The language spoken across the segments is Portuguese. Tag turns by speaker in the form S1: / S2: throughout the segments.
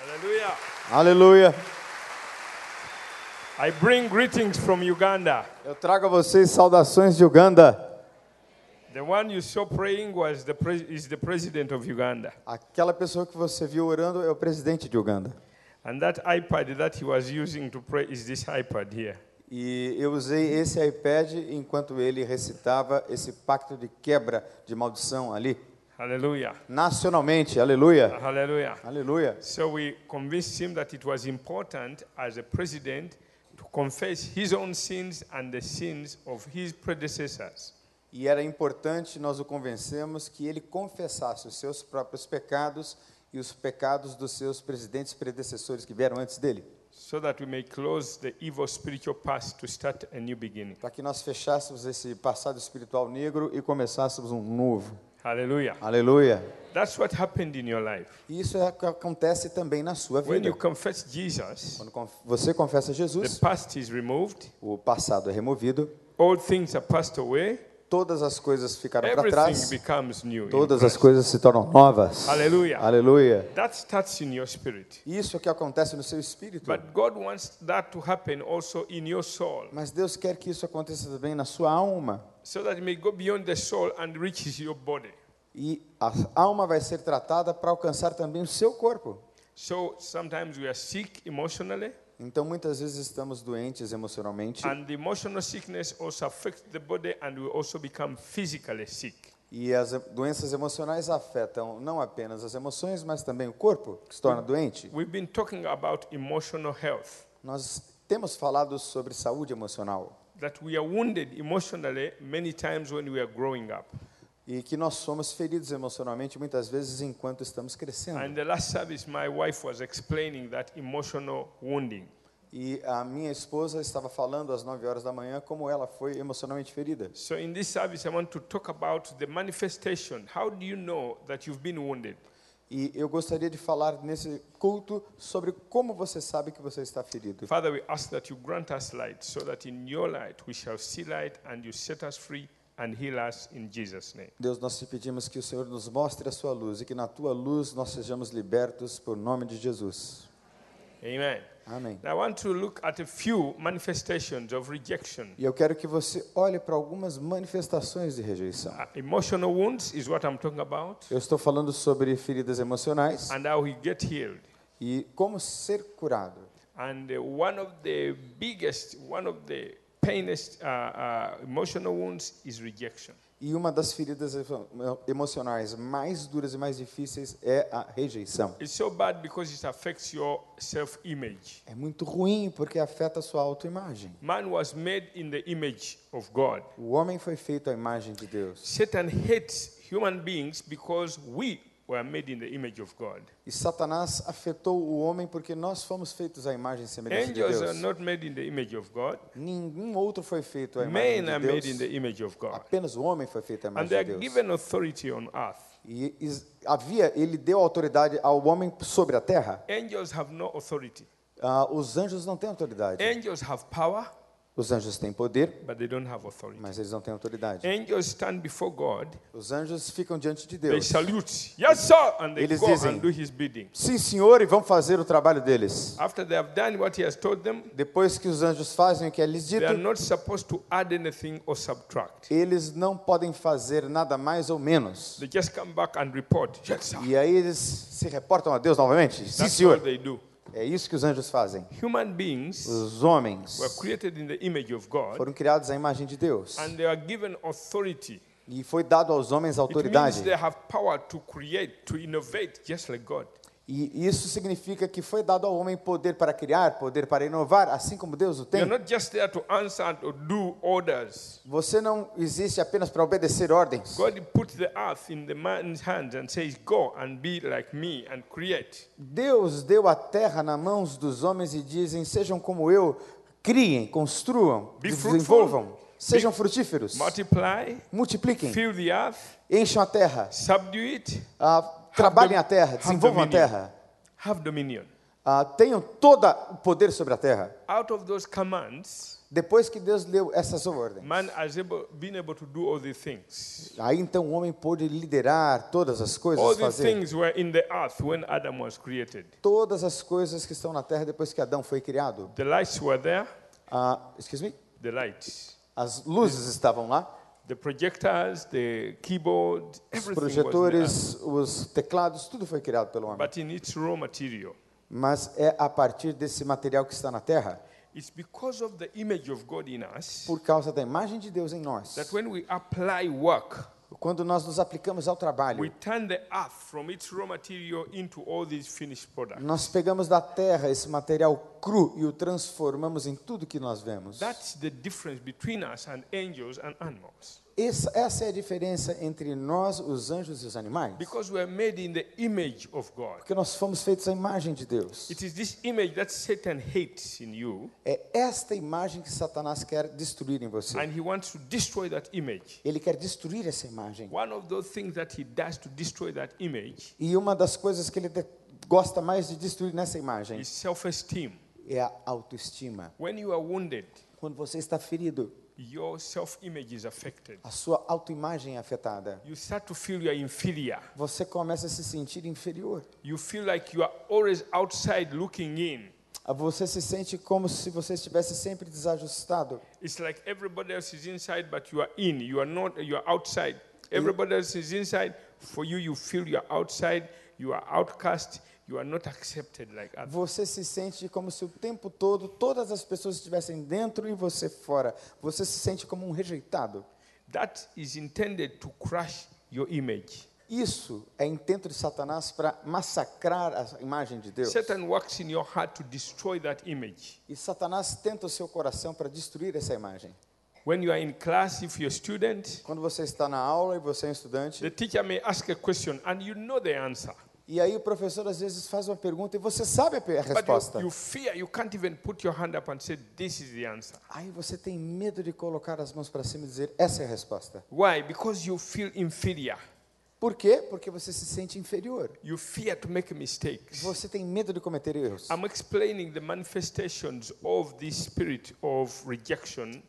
S1: Hallelujah.
S2: Aleluia.
S1: I bring greetings from Uganda.
S2: Eu trago a vocês saudações de Uganda.
S1: The one you saw praying was the pres is the president of Uganda.
S2: Aquela pessoa que você viu orando é o presidente de Uganda.
S1: And that iPad that he was using to pray is this iPad here.
S2: E eu usei esse iPad enquanto ele recitava esse pacto de quebra de maldição ali,
S1: Hallelujah.
S2: nacionalmente. Aleluia.
S1: Hallelujah.
S2: Aleluia.
S1: So we convinced him that it was important as a president to confess his own sins and the sins of his predecessors.
S2: E era importante nós o convencemos que ele confessasse os seus próprios pecados e os pecados dos seus presidentes predecessores que vieram antes dele,
S1: so that we may close the evil spiritual past to start a new beginning.
S2: para que nós fechássemos esse passado espiritual negro e começássemos um novo.
S1: Hallelujah.
S2: Aleluia.
S1: That's what happened in your life.
S2: E isso é o que acontece também na sua
S1: When
S2: vida.
S1: you confess Jesus,
S2: Quando conf- você confessa
S1: the
S2: Jesus,
S1: past is removed,
S2: o passado é removido,
S1: old things are passed away,
S2: todas as coisas ficaram para
S1: everything
S2: trás,
S1: becomes new. in
S2: todas as
S1: Christ.
S2: coisas se tornam novas.
S1: Aleluia.
S2: Aleluia.
S1: That starts in your spirit.
S2: Isso é o que acontece no seu espírito.
S1: But God wants that to happen also in your soul,
S2: Mas Deus quer que isso aconteça também na sua alma.
S1: so that it may go beyond the soul and reaches your body.
S2: E a alma vai ser tratada para alcançar também o seu corpo.
S1: So sometimes we are sick emotionally,
S2: Então muitas vezes estamos doentes emocionalmente
S1: and the emotional sickness also affects the body, and we also become physically sick.
S2: e as e- doenças emocionais afetam não apenas as emoções, mas também o corpo, que se
S1: Hum.
S2: torna doente.
S1: We've been talking about emotional health,
S2: Nós temos falado sobre saúde emocional
S1: that we are wounded emotionally many times when we are growing up.
S2: e que nós somos feridos emocionalmente muitas vezes enquanto estamos crescendo.
S1: And the last service, my wife was explaining that emotional wounding.
S2: E a minha esposa estava falando às 9 horas da manhã como ela foi emocionalmente ferida.
S1: So, in this service, I want to talk about the manifestation. How do you know that you've been wounded?
S2: E eu gostaria de falar nesse culto sobre como você sabe que você está ferido.
S1: Father, we ask that you grant us light so that in your light we shall see light and you set us free and heal us in Jesus' name.
S2: Deus, nós te pedimos que o Senhor nos mostre a sua luz e que na tua luz nós sejamos libertos por nome de Jesus.
S1: Amen.
S2: Amém.
S1: Now, I want to look at a few manifestations of rejection.
S2: E eu quero que você olhe para algumas manifestações de rejeição.
S1: Uh, Emotional wounds is what I'm talking about,
S2: Eu estou falando sobre feridas emocionais
S1: and how we get healed.
S2: e como ser curado.
S1: And uh, one of the biggest, one of the painest uh, uh, emotional wounds is rejection.
S2: E uma das feridas emo- emocionais mais duras e mais difíceis é a rejeição.
S1: It's so bad because it affects your self image.
S2: É muito ruim porque afeta a sua autoimagem.
S1: Man was made in the image of God.
S2: O homem foi feito à imagem de Deus.
S1: Satan hates human beings because we were made in the image of God.
S2: E Satanás afetou o homem porque nós fomos feitos à imagem e semelhança de
S1: Angels are
S2: Deus.
S1: not made in the image of God.
S2: Nenhum outro foi feito à imagem
S1: Men are made
S2: de
S1: in
S2: Deus.
S1: the image of God.
S2: Apenas o homem foi feito à
S1: And
S2: imagem
S1: they are
S2: de Deus.
S1: given authority on earth.
S2: E is- havia, ele deu autoridade ao homem sobre a terra.
S1: Angels have no authority.
S2: Ah, os anjos não têm autoridade.
S1: Angels have power,
S2: Os anjos têm poder,
S1: but they don't have authority.
S2: mas eles não têm autoridade.
S1: Angels stand before God.
S2: Os anjos ficam diante de
S1: They
S2: Deus.
S1: salute, yes, sir, and they
S2: Eles
S1: go
S2: dizem,
S1: and do his bidding.
S2: Sim, senhor, e vão fazer o trabalho deles.
S1: After they have done what he has told them,
S2: Depois que os anjos fazem o que é lhes
S1: they
S2: dito,
S1: are not supposed to add anything or subtract.
S2: eles não podem fazer nada mais ou menos.
S1: They just come back and report, yes, sir.
S2: E aí eles se reportam a Deus novamente. Sim,
S1: That's what
S2: senhor.
S1: they do.
S2: É isso que os anjos fazem.
S1: Human beings
S2: Os homens
S1: were created in the image of God,
S2: foram criados à imagem de Deus.
S1: and they are given authority.
S2: E foi dado aos
S1: It means
S2: homens autoridade.
S1: they have power to create, to innovate, just like God.
S2: E isso significa que foi dado ao homem poder para criar, poder para inovar, assim como Deus o
S1: You're
S2: tem.
S1: not just there to answer and to do orders.
S2: Você não existe apenas para obedecer ordens.
S1: God put the earth in the man's hands and says, Go and be like me and create.
S2: Deus deu a terra nas mãos dos homens e dizem: sejam como eu, criem, construam,
S1: Be fruitful.
S2: desenvolvam, sejam frutíferos,
S1: Multiply,
S2: multipliquem,
S1: fill the earth,
S2: encham a terra,
S1: subdue it,
S2: ah, trabalhem
S1: dom-
S2: a terra,
S1: have
S2: desenvolvam a
S1: dominion.
S2: terra,
S1: have dominion.
S2: ah, tenham todo o poder sobre a terra.
S1: Out of those commands,
S2: Depois que Deus deu essas ordens,
S1: Man has able, been able to do all these things.
S2: aí então o homem pôde liderar todas as
S1: All
S2: coisas,
S1: these
S2: fazer
S1: things were in the earth when Adam was created.
S2: todas as coisas que estão na terra depois que Adão foi criado.
S1: The lights were there,
S2: Ah, excuse me?
S1: the lights.
S2: As luzes estavam lá,
S1: The projectors, the keyboard,
S2: os
S1: everything was there.
S2: projetores, os teclados, tudo foi criado pelo homem.
S1: But in its raw material,
S2: Mas é a partir desse material que está na terra,
S1: it's because of the image of God in us
S2: por causa da imagem de Deus em nós.
S1: that when we apply work,
S2: Quando nós nos aplicamos ao
S1: we
S2: trabalho,
S1: turn the earth from its raw material into all these finished products.
S2: nós pegamos da terra esse material cru e o transformamos em tudo que nós vemos.
S1: That's the difference between us and angels and animals.
S2: Essa, essa é a diferença entre nós, os anjos e os animais.
S1: Because we are made in the image of God.
S2: Porque nós fomos feitos à imagem de Deus.
S1: It is this image that Satan hates in you,
S2: É esta imagem que Satanás quer destruir em você.
S1: and he wants to destroy that image.
S2: Ele quer destruir essa imagem.
S1: One of those things that he does to destroy that image
S2: E uma das coisas que ele de- gosta mais de destruir nessa imagem
S1: is self esteem.
S2: é a autoestima.
S1: When you are wounded,
S2: Quando você está ferido,
S1: your self image is affected.
S2: a sua autoimagem é afetada.
S1: You start to feel you are inferior.
S2: Você começa a se sentir inferior.
S1: You feel like you are always outside looking in.
S2: Você se sente como se você estivesse sempre desajustado.
S1: It's like everybody else is inside, but you are in. You are not. You are outside. Everybody else is inside. For you, you feel you are outside. You are outcast. You are not accepted like others.
S2: Você se sente como se o tempo todo todas as pessoas estivessem dentro e você fora. Você se sente como um rejeitado.
S1: That is intended to crush your image.
S2: Isso é intento de Satanás para massacrar a imagem de Deus.
S1: Satan works in your heart to destroy that image.
S2: E Satanás tenta o seu coração para destruir essa imagem.
S1: When you are in class, if you're a student,
S2: Quando você está na aula e você é um estudante,
S1: the teacher may ask a question and you know the answer.
S2: e aí o professor às vezes faz uma pergunta e você sabe a pe- a
S1: But you,
S2: resposta.
S1: you fear, you can't even put your hand up and say, This is the answer.
S2: Aí você tem medo de colocar as mãos para cima e dizer essa é a resposta.
S1: Why? Because you feel inferior.
S2: Por quê? Porque você se sente inferior.
S1: You fear to make mistakes.
S2: Você tem medo de cometer erros.
S1: I'm explaining the manifestations of this spirit of rejection,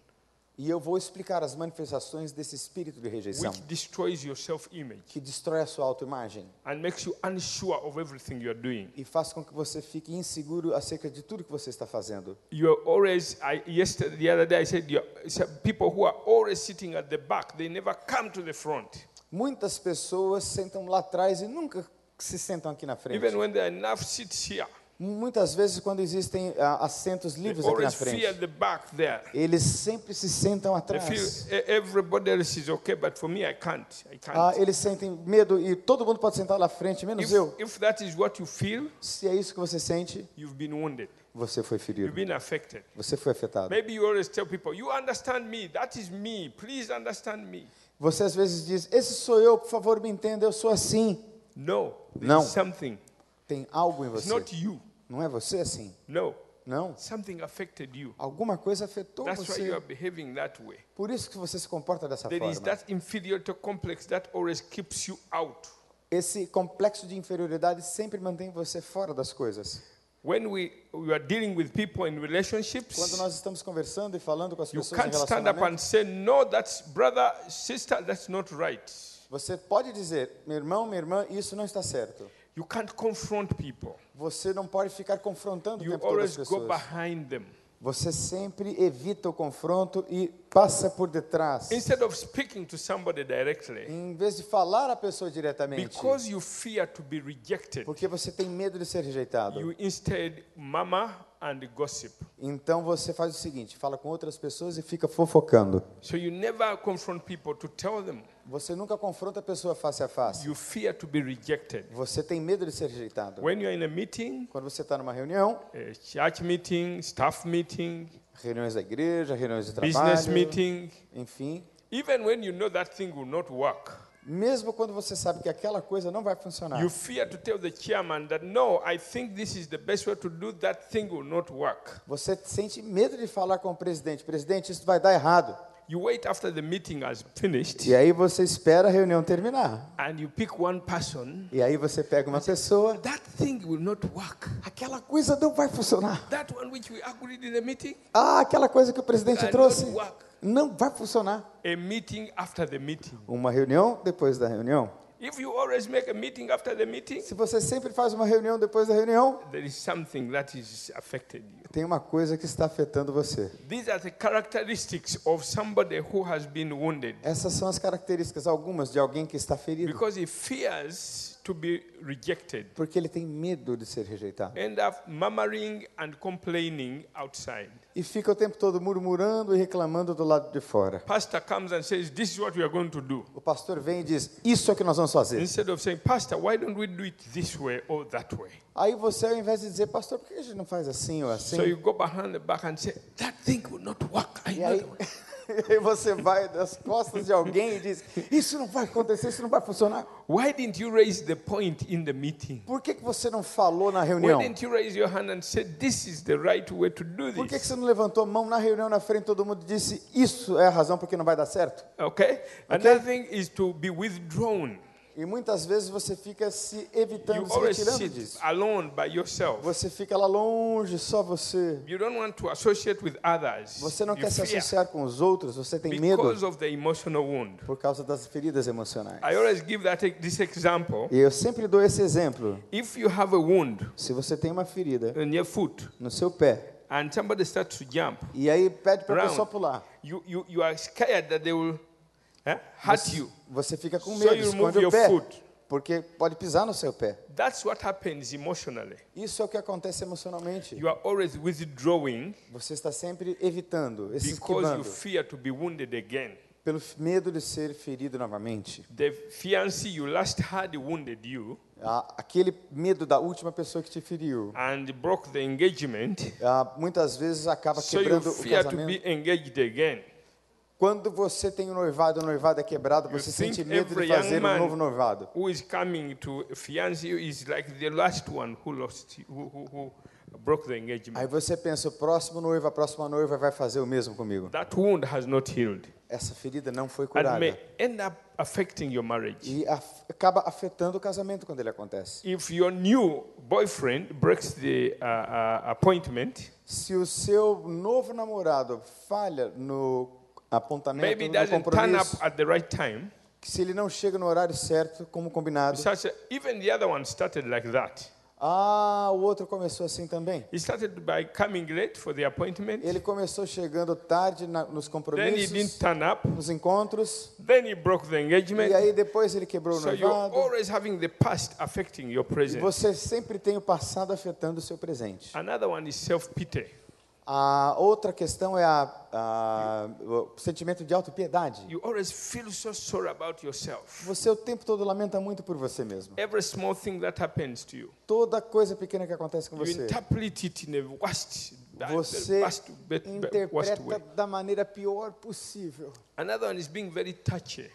S2: E eu vou explicar as manifestações desse espírito de rejeição
S1: which destroys your self image
S2: que destrói a sua autoimagem
S1: and makes you unsure of everything you are doing.
S2: e faz com que você fique inseguro acerca de tudo que você está fazendo.
S1: You are always, I, yesterday, the other day, I said, you are- so people who are always sitting at the back, they never come to the front.
S2: Muitas pessoas sentam lá atrás e nunca se sentam aqui na frente.
S1: Even when there are enough seats here,
S2: Muitas vezes, quando existem ah, assentos
S1: they
S2: livres aqui na
S1: always fear
S2: frente,
S1: the back there.
S2: eles sempre se sentam
S1: They feel
S2: atrás.
S1: "E- everybody else is okay, but for me, I can't. I can't.
S2: Ah, eles sentem medo e todo mundo pode sentar lá à frente, menos
S1: if,
S2: eu.
S1: if that is what you feel,
S2: Se é isso que você sente,
S1: you've been wounded,
S2: você foi
S1: you've
S2: ferido,
S1: been affected.
S2: você foi afetado.
S1: Maybe you always tell people, you understand me, that is me, please understand me.
S2: Você às vezes diz: Esse sou eu, por favor, me entenda, eu sou assim.
S1: No, there's
S2: Não.
S1: something.
S2: Tem algo em
S1: It's
S2: você.
S1: not you.
S2: Não é você assim.
S1: No,
S2: Não.
S1: something affected you.
S2: Alguma coisa afetou
S1: That's why you are
S2: você.
S1: behaving that way.
S2: Por isso que você se comporta dessa
S1: There is
S2: forma.
S1: that inferiority complex that always keeps you out.
S2: Esse complexo de inferioridade sempre mantém você fora das coisas.
S1: When we, we are dealing with people in
S2: Quando
S1: relationships,
S2: nós estamos conversando e falando com as
S1: you
S2: pessoas em
S1: can't stand up
S2: relacionamento,
S1: and say, no, that's brother, sister, that's not right.
S2: você pode dizer: Meu irmão, minha irmã, isso não está certo.
S1: You can't confront people.
S2: Você não pode ficar confrontando o
S1: You
S2: tempo todo as
S1: always go
S2: pessoas.
S1: behind them.
S2: Você sempre evita o confronto e passa por detrás.
S1: Instead of speaking to somebody directly,
S2: Em vez de falar à pessoa diretamente,
S1: Because you fear to be rejected,
S2: porque você tem medo de ser rejeitado.
S1: you instead mama and gossip.
S2: Então você faz o seguinte: fala com outras pessoas e fica fofocando.
S1: So you never confront people to tell them
S2: Você nunca confronta a pessoa face a face.
S1: you fear to be rejected.
S2: Você tem medo de ser rejeitado.
S1: When you're in a meeting,
S2: Quando você está numa reunião,
S1: a church meeting, staff meeting,
S2: reuniões da igreja, reuniões de
S1: business
S2: trabalho,
S1: meeting,
S2: enfim,
S1: even when you know that thing will not work,
S2: mesmo quando você sabe que aquela coisa não vai funcionar,
S1: you fear to tell the chairman that no, I think this is the best way to do that thing will not work.
S2: você sente medo de falar com o presidente. Presidente, isso vai dar errado.
S1: You wait after the meeting has finished
S2: E aí você espera a reunião terminar.
S1: and you pick one person
S2: E aí você pega uma pessoa.
S1: That thing will not work.
S2: Aquela coisa não vai funcionar.
S1: That one which we agreed in the meeting
S2: Ah, aquela coisa que o presidente
S1: cannot
S2: trouxe
S1: work.
S2: não vai funcionar.
S1: A meeting after the meeting.
S2: Uma reunião depois da reunião.
S1: If you always make a meeting after the meeting,
S2: Se você sempre faz uma reunião depois da reunião,
S1: there is something that is affected you.
S2: tem uma coisa que está afetando você.
S1: These are the characteristics of somebody who has been wounded
S2: Essas são as características algumas de alguém que está ferido,
S1: because he fears to be rejected.
S2: porque ele tem medo de ser rejeitado
S1: End up murmuring and complaining outside.
S2: e fica o tempo todo murmurando e reclamando do lado de fora.
S1: Pastor comes and says, This is what we are going to do.
S2: O pastor vem e diz: "Isso é o que nós vamos fazer".
S1: Instead of saying, Pastor, why don't we do it this way or that way?
S2: Aí você ao invés de dizer: "Pastor, por que a gente não faz assim ou assim?"
S1: So you go behind the back and say, That thing will not work. I
S2: E
S1: know
S2: aí,
S1: that one."
S2: e aí você vai das costas de alguém e diz: Isso não vai acontecer, isso não vai funcionar.
S1: Why didn't you raise the point in the meeting?
S2: Por que, que você não falou na
S1: Why
S2: reunião?
S1: didn't you raise your hand and say, This is the right way to do
S2: Por que, que
S1: this?
S2: você não levantou a mão na reunião na frente todo mundo disse: Isso é a razão porque não vai dar certo?
S1: Okay? Another thing is to be withdrawn.
S2: E muitas vezes você fica se
S1: You
S2: evitando, se
S1: always
S2: retirando
S1: sit
S2: disso.
S1: alone by yourself.
S2: Você fica lá longe, só você.
S1: You don't want to associate with others.
S2: Você não
S1: You
S2: quer se
S1: fear
S2: associar com os outros, você tem medo
S1: because of the emotional wound.
S2: por causa das feridas emocionais.
S1: I always give that this example.
S2: E eu sempre dou esse exemplo.
S1: If you have a wound
S2: Se você tem uma ferida
S1: in your foot
S2: no seu pé
S1: and somebody starts to jump,
S2: e aí pede para a
S1: Round.
S2: pessoa pular.
S1: you, you, you are scared that they will eh, hurt you.
S2: Você fica com
S1: So
S2: medo,
S1: you
S2: esconde
S1: remove
S2: o
S1: your
S2: pé,
S1: foot.
S2: porque pode pisar no seu pé.
S1: That's what happens emotionally.
S2: Isso é o que acontece emocionalmente.
S1: You are always withdrawing
S2: Você está sempre evitando,
S1: because you
S2: esquivando,
S1: fear to be wounded again.
S2: pelo f- medo de ser ferido novamente.
S1: The fiancé you last had wounded you
S2: A- Aquele medo da última pessoa que te feriu.
S1: and broke the engagement,
S2: Ah, Muitas vezes acaba
S1: so you
S2: quebrando o
S1: fear to be
S2: casamento.
S1: engaged again.
S2: Quando você tem um noivado, o noivado é quebrado, você
S1: think
S2: sente medo de
S1: every young
S2: fazer um
S1: man-
S2: novo noivado.
S1: Who is coming to fiance you is like the last one who lost, who, who, who broke the engagement.
S2: Aí você pensa, o próximo noivo, a próxima noiva vai fazer o mesmo comigo.
S1: that wound has not healed
S2: Essa ferida não foi
S1: and may
S2: curada.
S1: end up affecting your marriage.
S2: E af- acaba afetando o casamento quando ele acontece.
S1: If your new boyfriend breaks the uh, uh, appointment,
S2: Se o seu novo namorado falha no apontamento,
S1: maybe
S2: no
S1: doesn't turn up
S2: compromisso,
S1: at the right time,
S2: se ele não chega no horário certo, como combinado,
S1: such a, even the other one started like that.
S2: ah, o outro começou assim também.
S1: He started by coming late for the appointment,
S2: Ele começou chegando tarde na- nos
S1: then he didn't
S2: compromissos,
S1: turn up,
S2: nos encontros,
S1: then he broke the engagement.
S2: e aí depois ele quebrou o
S1: So you're
S2: noivado.
S1: always having the past affecting your
S2: E
S1: present.
S2: você sempre tem o passado afetando o seu presente.
S1: Another one is self pity.
S2: A outra questão é a- a- o sentimento de autopiedade.
S1: You always feel so sorry about yourself.
S2: Você o tempo todo lamenta muito por você mesmo.
S1: Every small thing that happens to you,
S2: Toda coisa pequena que acontece com
S1: you
S2: você,
S1: interpret it in a worst, the
S2: você
S1: worst, be- be- worst
S2: interpreta
S1: way.
S2: da maneira pior possível.
S1: Another one is being very touchy.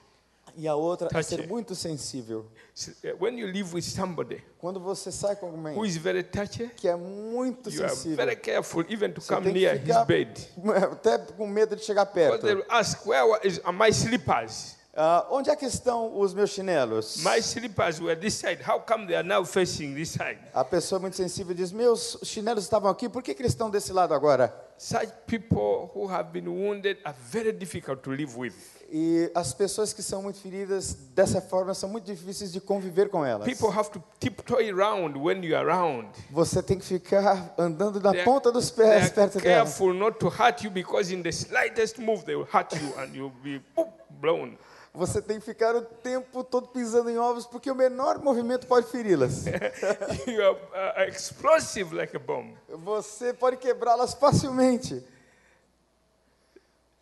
S2: E a outra é ser
S1: Touchy.
S2: muito sensível.
S1: S- uh, When you live with somebody
S2: Quando você sai com
S1: who
S2: alguém
S1: is very touchy,
S2: que é muito
S1: you are
S2: sensível,
S1: very careful even to
S2: você
S1: come
S2: tem que
S1: near his
S2: ficar
S1: bed.
S2: até com medo de chegar
S1: Because
S2: perto.
S1: they will ask, Where wa- is, are my slippers?
S2: Ah, onde é que estão os meus chinelos?
S1: My slippers were this side. How come they are now facing this side?
S2: A pessoa muito sensível diz: Meus chinelos estavam aqui, por que, que eles estão desse lado agora?
S1: Such people who have been wounded are very difficult to live with.
S2: E as pessoas que são muito feridas dessa forma são muito difíceis de conviver com elas.
S1: People have to tiptoe around when you're around.
S2: Você tem que ficar andando na
S1: They are-
S2: ponta dos
S1: They
S2: pés
S1: are
S2: perto dela.
S1: careful not to hurt you because in the slightest move they will hurt you and you'll be boop, blown.
S2: Você tem que ficar o tempo todo pisando em ovos porque o menor movimento pode feri-las.
S1: you are uh, explosive like a bomb.
S2: Você pode quebrá-las facilmente.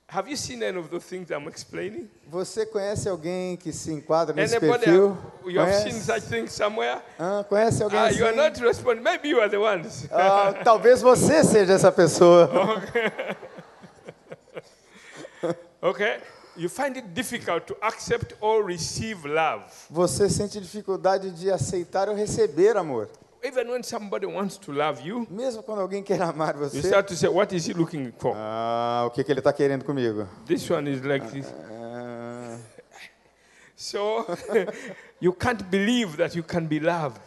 S1: Have you seen any of the things I'm explaining?
S2: Você conhece alguém que se enquadra nesse
S1: Anybody
S2: perfil?
S1: uh, you have seen
S2: Conhece,
S1: such things somewhere?
S2: Hã? conhece alguém
S1: Ah,
S2: assim?
S1: you are not responding. Maybe you are the ones.
S2: Ah, talvez você seja essa pessoa.
S1: Okay? You find it difficult to accept or receive love.
S2: Você sente dificuldade de aceitar ou receber amor.
S1: Even when somebody wants to love you,
S2: Mesmo quando alguém quer amar
S1: you
S2: você,
S1: start to say, What is he looking for?
S2: Ah, o que, que ele está querendo comigo?
S1: This one is like this.
S2: Ah,
S1: So you can't believe that you can be loved.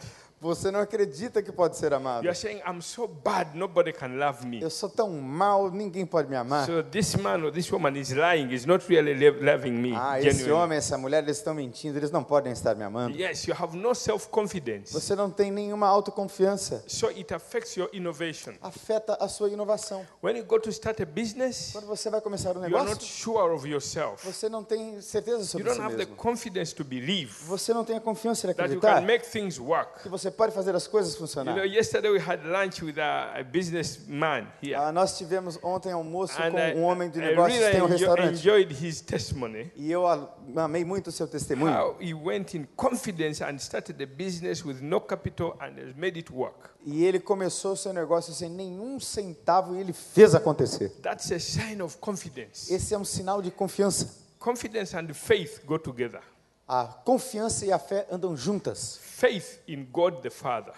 S2: Você não acredita que pode ser amado.
S1: You are saying, I'm so bad, nobody can love me.
S2: Eu sou tão mal, ninguém pode me amar.
S1: So this man or this woman is lying, is not really lo- loving me.
S2: Ah, esse
S1: genuinely.
S2: homem, essa mulher, eles estão mentindo, eles não podem estar me amando.
S1: Yes, you have no self confidence.
S2: Você não tem nenhuma autoconfiança.
S1: So it affects your innovation.
S2: Afeta a sua inovação.
S1: When you go to start a business,
S2: Quando você vai começar um
S1: you are not
S2: negócio,
S1: sure of yourself.
S2: você não tem certeza
S1: You
S2: sobre
S1: don't
S2: si
S1: have the
S2: mesmo.
S1: confidence to believe
S2: Você não tem a confiança de
S1: that you
S2: acreditar
S1: can make things work.
S2: que você pode fazer as coisas
S1: You
S2: funcionar.
S1: know, yesterday we had lunch with a, a businessman here.
S2: Ah, nós tivemos ontem almoço
S1: And I,
S2: com um homem de
S1: I
S2: negócios que
S1: really
S2: tem um
S1: enjo-
S2: restaurante.
S1: enjoyed his testimony.
S2: E eu a- amei muito o seu testemunho.
S1: How he went in confidence and started a business with no capital and has made it work.
S2: E ele começou o seu negócio sem nenhum centavo e ele fez acontecer.
S1: That's a sign of confidence.
S2: Esse é um sinal de confiança.
S1: Confidence and faith go together.
S2: A confiança e a fé andam juntas.
S1: Faith in God the Father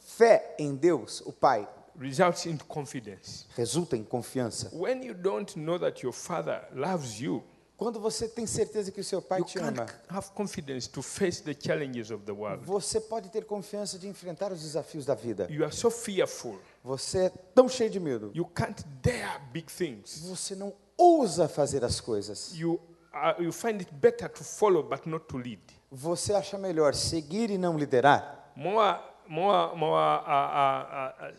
S2: Fé em Deus, o Pai,
S1: results in confidence.
S2: resulta em confiança.
S1: When you don't know that your Father loves you,
S2: Quando você tem certeza que o seu Pai
S1: you
S2: te
S1: can't
S2: ama,
S1: have confidence to face the challenges of the world.
S2: você pode ter confiança de enfrentar os desafios da vida.
S1: You are so fearful.
S2: Você é tão cheio de medo.
S1: You can't dare big things.
S2: Você não ousa fazer as coisas.
S1: You, are, you find it better to follow but not to lead.
S2: Você acha melhor seguir e não liderar?
S1: More, more, more uh, uh, uh, uh,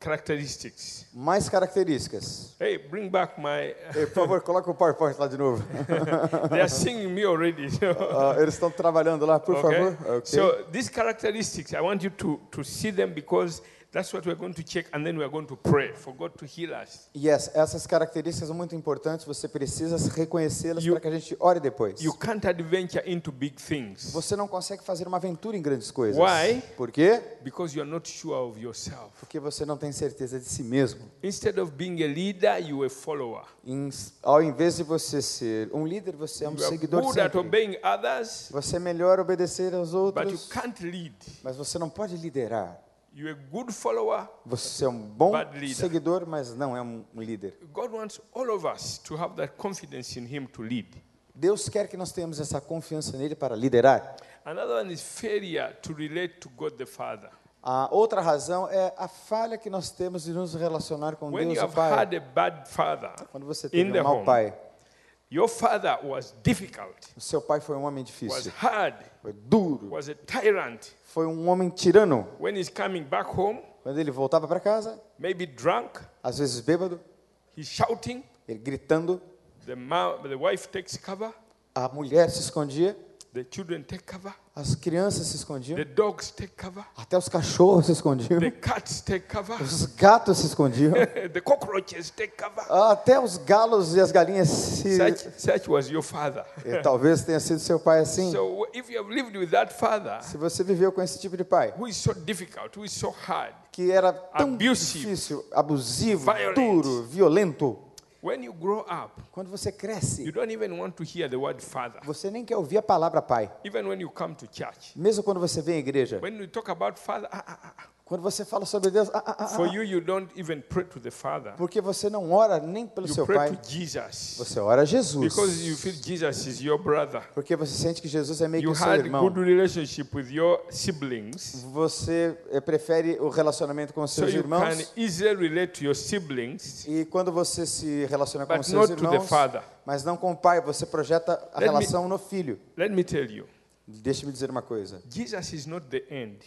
S1: characteristics.
S2: Mais características.
S1: Hey, bring back my.
S2: Ei, por favor, coloca o PowerPoint lá de novo.
S1: they are singing me already. So,
S2: Ah, eles estão trabalhando lá, por favor. Ok.
S1: So these characteristics, I want you to, to see them because that's what we're going to check, and then we're going to pray for God to heal us.
S2: Yes, essas características são muito importantes, você precisa reconhecê-las
S1: You-
S2: para que a gente ore depois.
S1: You can't adventure into big things
S2: Você não consegue fazer uma aventura em grandes coisas.
S1: Why?
S2: Por quê?
S1: because you are not sure of yourself.
S2: Porque você não tem certeza de si mesmo.
S1: Instead of being a leader, you are a follower.
S2: Em- ao invés de você ser um líder, você é um
S1: You are
S2: seguidor
S1: good at
S2: sempre.
S1: obeying others,
S2: Você é melhor obedecer aos
S1: but you
S2: outros,
S1: can't lead.
S2: mas você não pode liderar.
S1: You're a good follower.
S2: Você é um bom
S1: Bad leader.
S2: seguidor, mas não é um um líder.
S1: God wants all of us to have that confidence in Him to lead.
S2: Deus quer que nós tenhamos essa confiança nele para liderar.
S1: Another one is failure to relate to God the Father.
S2: A outra razão é a falha que nós temos de nos relacionar com
S1: When
S2: Deus,
S1: you
S2: o
S1: have
S2: Pai.
S1: had a bad father
S2: Quando você
S1: in
S2: teve
S1: the
S2: um mau
S1: home,
S2: pai,
S1: your father was difficult,
S2: o seu pai foi um homem
S1: was
S2: difícil,
S1: hard,
S2: foi duro,
S1: was a tyrant.
S2: foi um homem tirano.
S1: When he's coming back home,
S2: Quando ele voltava para casa,
S1: maybe drunk,
S2: às vezes bêbado,
S1: he's shouting.
S2: ele gritando,
S1: The, ma- the wife takes cover,
S2: a mulher se escondia,
S1: the children take cover,
S2: as crianças se escondiam,
S1: the dogs take cover,
S2: até os cachorros se escondiam,
S1: the cats take cover,
S2: os gatos se escondiam,
S1: the cockroaches take cover.
S2: até os galos e as galinhas se.
S1: Such, such was your father.
S2: E talvez tenha sido seu pai assim.
S1: So if you have lived with that father,
S2: Se você viveu com esse tipo de pai,
S1: who is so difficult, who is so hard,
S2: que era tão
S1: Abusive.
S2: difícil, abusivo,
S1: Violent.
S2: duro, violento.
S1: when you grow up,
S2: Quando você
S1: you
S2: cresce,
S1: don't even want to hear the word father.
S2: você nem quer ouvir a palavra pai.
S1: Even when you come to church,
S2: Mesmo quando você vem à igreja,
S1: when we talk about Father, ah, ah, ah,
S2: quando você fala sobre Deus, ah, ah, ah,
S1: ah, for you, you don't even pray to the Father.
S2: porque você não ora nem pelo
S1: You
S2: seu
S1: pray
S2: pai,
S1: to Jesus
S2: você ora a Jesus.
S1: because you feel Jesus is your brother.
S2: Porque você sente que Jesus é meio que
S1: You
S2: o seu
S1: had
S2: irmão.
S1: good relationship with your siblings,
S2: Você eh, prefere o relacionamento com os
S1: so
S2: seus
S1: you can
S2: irmãos
S1: easily relate to your siblings.
S2: e quando você se relaciona com
S1: But
S2: os seus
S1: not to the
S2: irmãos,
S1: father.
S2: mas não com o pai, você projeta a
S1: Let me-
S2: relação no filho.
S1: Let me tell you,
S2: Deixe-me dizer uma coisa.
S1: Jesus is not the end.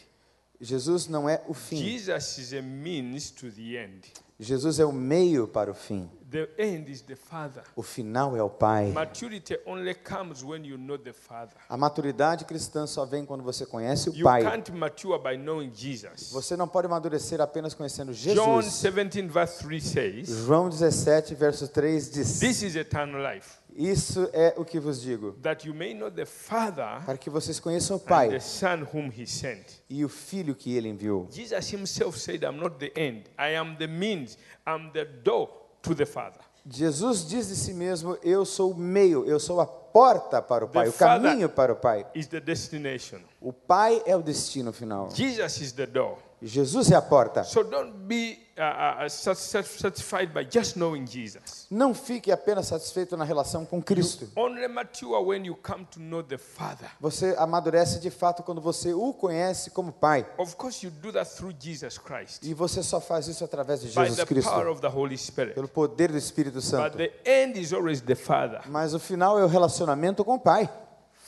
S2: Jesus não é o fim.
S1: Jesus is a means to the end.
S2: Jesus é o meio para o fim.
S1: The end is the Father.
S2: O final é o Pai.
S1: Maturity only comes when you know the Father.
S2: A maturidade cristã só vem quando você conhece o
S1: You
S2: Pai.
S1: can't mature by knowing Jesus.
S2: Você não pode amadurecer apenas conhecendo
S1: John
S2: Jesus. Hmm.
S1: 17, verse 3 says,
S2: João 17, verso 3 diz:
S1: This is eternal life,
S2: Isso é o que vos digo,
S1: that you may know the Father
S2: para que vocês conheçam o
S1: and the
S2: Pai
S1: Son whom He sent.
S2: e o Filho que ele enviou.
S1: Jesus Himself said, I'm not the end, I am the means, I'm the door to the Father.
S2: Jesus diz de si mesmo: Eu sou o meio, eu sou a porta para o Pai, o caminho para o Pai.
S1: Is the destination.
S2: O Pai é o destino final.
S1: Jesus is the door.
S2: Jesus é a porta.
S1: So don't be uh, uh, sat- sat- satisfied by just knowing Jesus.
S2: Não fique apenas satisfeito na relação com Cristo.
S1: Only mature when you come to know the Father.
S2: Você amadurece de fato quando você o conhece como Pai.
S1: Of course, you do that through Jesus Christ,
S2: E você só faz isso através de
S1: by
S2: Jesus
S1: the
S2: Cristo,
S1: power of the Holy Spirit.
S2: pelo poder do Espírito
S1: But
S2: Santo.
S1: the end is always the Father.
S2: Mas o final é o relacionamento com o Pai.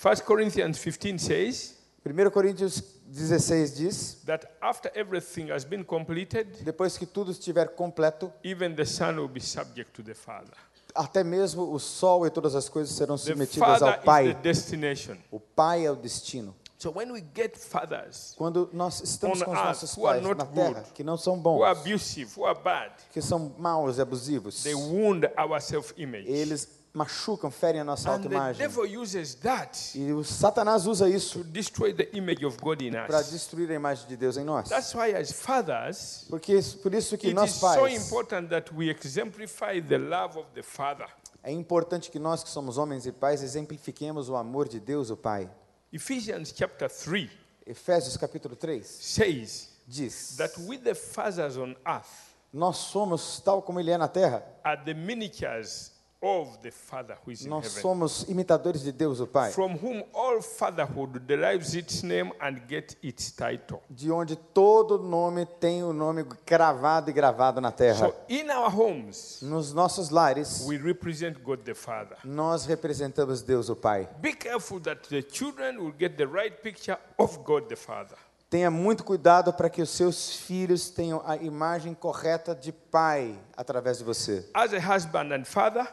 S1: 1 Corinthians 15 says
S2: 1 Coríntios 16 diz:
S1: that after everything has been completed,
S2: Depois que tudo estiver completo,
S1: even the Son will be subject to the Father.
S2: até mesmo o sol e todas as coisas serão
S1: The
S2: submetidas
S1: Father
S2: ao
S1: is the
S2: Pai.
S1: destination.
S2: O Pai é o destino.
S1: So when we get fathers
S2: Quando nós estamos
S1: On
S2: com os
S1: earth,
S2: nossos
S1: who are
S2: pais
S1: not
S2: na terra,
S1: good,
S2: que não são
S1: who are
S2: bons,
S1: abusive, who are bad,
S2: que são maus e abusivos,
S1: they wound our self image.
S2: eles machucam, ferem a nossa
S1: And the
S2: autoimagem.
S1: devil uses that
S2: E o Satanás usa
S1: to
S2: isso
S1: destroy the image of God in
S2: para
S1: us.
S2: destruir a imagem de Deus em nós.
S1: That's why, as fathers,
S2: Porque isso- por isso que
S1: it
S2: nós
S1: is so
S2: pais
S1: important that we exemplify the love of the Father.
S2: é importante que nós que somos homens e pais exemplifiquemos o amor de Deus, o Pai.
S1: Ephesians chapter 3
S2: Efésios capítulo 3
S1: says
S2: diz:
S1: that we, the fathers on earth,
S2: Nós somos tal como ele é na terra.
S1: are the miniatures of the Father who is in
S2: Nós
S1: heaven,
S2: somos imitadores de Deus, o Pai,
S1: from whom all fatherhood derives its name and gets its title.
S2: de onde todo nome tem o nome cravado e gravado na terra.
S1: So, in our homes,
S2: Nos nossos lares,
S1: we represent God the Father.
S2: nós representamos Deus, o Pai.
S1: Be careful that the children will get the right picture of God the Father.
S2: Tenha muito cuidado para que os seus filhos tenham a imagem correta de pai através de você.
S1: As a husband and father,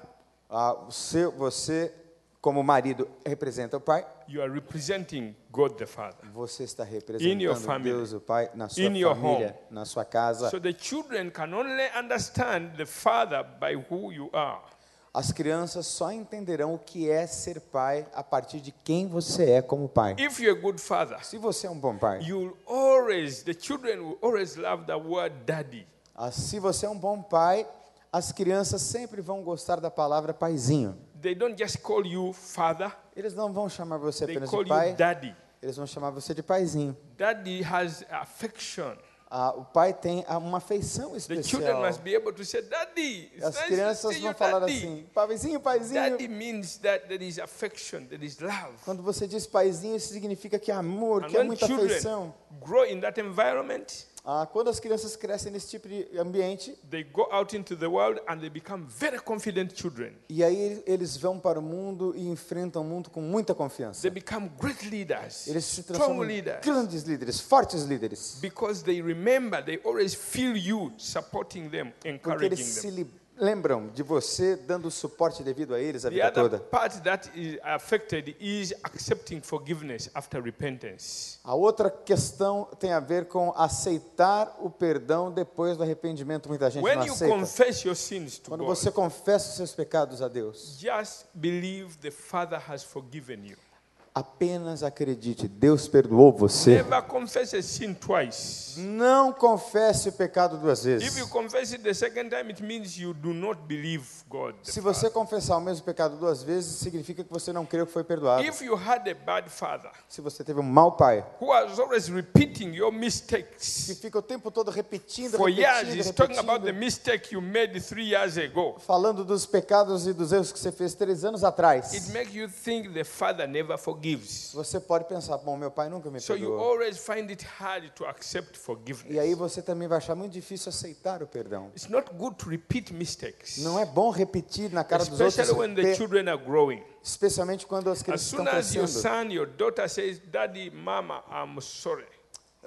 S2: Ah, o seu, você, como marido, representa o pai.
S1: you are representing God the Father.
S2: Você está
S1: In your
S2: representando
S1: family.
S2: Deus, o pai, na sua
S1: In your
S2: família, na sua casa.
S1: So the children can only understand the Father by who you are.
S2: As crianças só entenderão o que é ser pai a partir de quem você é como pai.
S1: If you're a good father,
S2: Se você é um bom pai,
S1: you'll always, the children will always love the word daddy.
S2: ah, se você é um bom pai, as crianças sempre vão gostar da palavra paizinho.
S1: They don't just call you father,
S2: Eles não vão chamar você
S1: they
S2: apenas
S1: call
S2: de
S1: you
S2: pai,
S1: daddy.
S2: eles vão chamar você de paizinho.
S1: Daddy has affection.
S2: Ah, o pai tem ah, uma afeição
S1: The children
S2: especial.
S1: must be able to say, Daddy, it's
S2: As
S1: nice to
S2: crianças
S1: see
S2: vão
S1: you,
S2: falar
S1: daddy."
S2: assim, paizinho, paizinho.
S1: Daddy means that there is affection, there is love.
S2: Quando você diz paizinho, isso significa que é amor,
S1: And
S2: que é
S1: when
S2: muita
S1: children
S2: afeição.
S1: grow in that environment,
S2: Ah, quando as crianças crescem nesse tipo de ambiente,
S1: they go out into the world and they become very confident children.
S2: e aí eles vão para o mundo e enfrentam o mundo com muita confiança.
S1: They become great leaders,
S2: Eles se
S1: strong
S2: transformam em
S1: leaders,
S2: grandes líderes, fortes líderes.
S1: because they remember, they always feel you supporting them,
S2: Porque eles
S1: encouraging
S2: se
S1: them.
S2: li- lembram de você dando o suporte devido a eles a
S1: The
S2: vida
S1: other
S2: toda.
S1: part that is affected is accepting forgiveness after repentance.
S2: A outra questão tem a ver com aceitar o perdão depois do arrependimento. Muita gente
S1: When
S2: não
S1: you
S2: aceita.
S1: confess your sins to
S2: Quando
S1: God,
S2: você confessa os seus pecados a Deus,
S1: just believe the Father has forgiven you.
S2: apenas acredite, Deus perdoou você.
S1: Never confess a sin twice.
S2: Não confesse o pecado duas
S1: If you
S2: vezes.
S1: confess it the second time, it means you do not believe God. the
S2: Se
S1: Father.
S2: você confessar o mesmo pecado duas vezes, significa que você não creu que foi perdoado.
S1: If you had a bad father
S2: Se você teve um mau pai,
S1: who was always repeating your
S2: que
S1: mistakes
S2: fica o tempo todo repetindo,
S1: for years,
S2: repetindo,
S1: he's talking about the
S2: repetindo,
S1: mistake you made three years ago.
S2: falando dos pecados e dos erros que você fez três anos
S1: It
S2: atrás,
S1: makes you think the father never forgives.
S2: você pode pensar, bom, meu pai nunca me
S1: So you
S2: perdoou.
S1: always find it hard to accept
S2: E aí
S1: forgiveness.
S2: você também vai achar muito difícil aceitar o perdão.
S1: It's not good to repeat mistakes,
S2: Não é bom repetir na cara dos outros,
S1: especially when the
S2: pe-
S1: children are growing.
S2: especialmente quando as
S1: As
S2: crianças estão
S1: soon as your
S2: crescendo.
S1: son, your daughter says, Daddy, Mama, I'm sorry,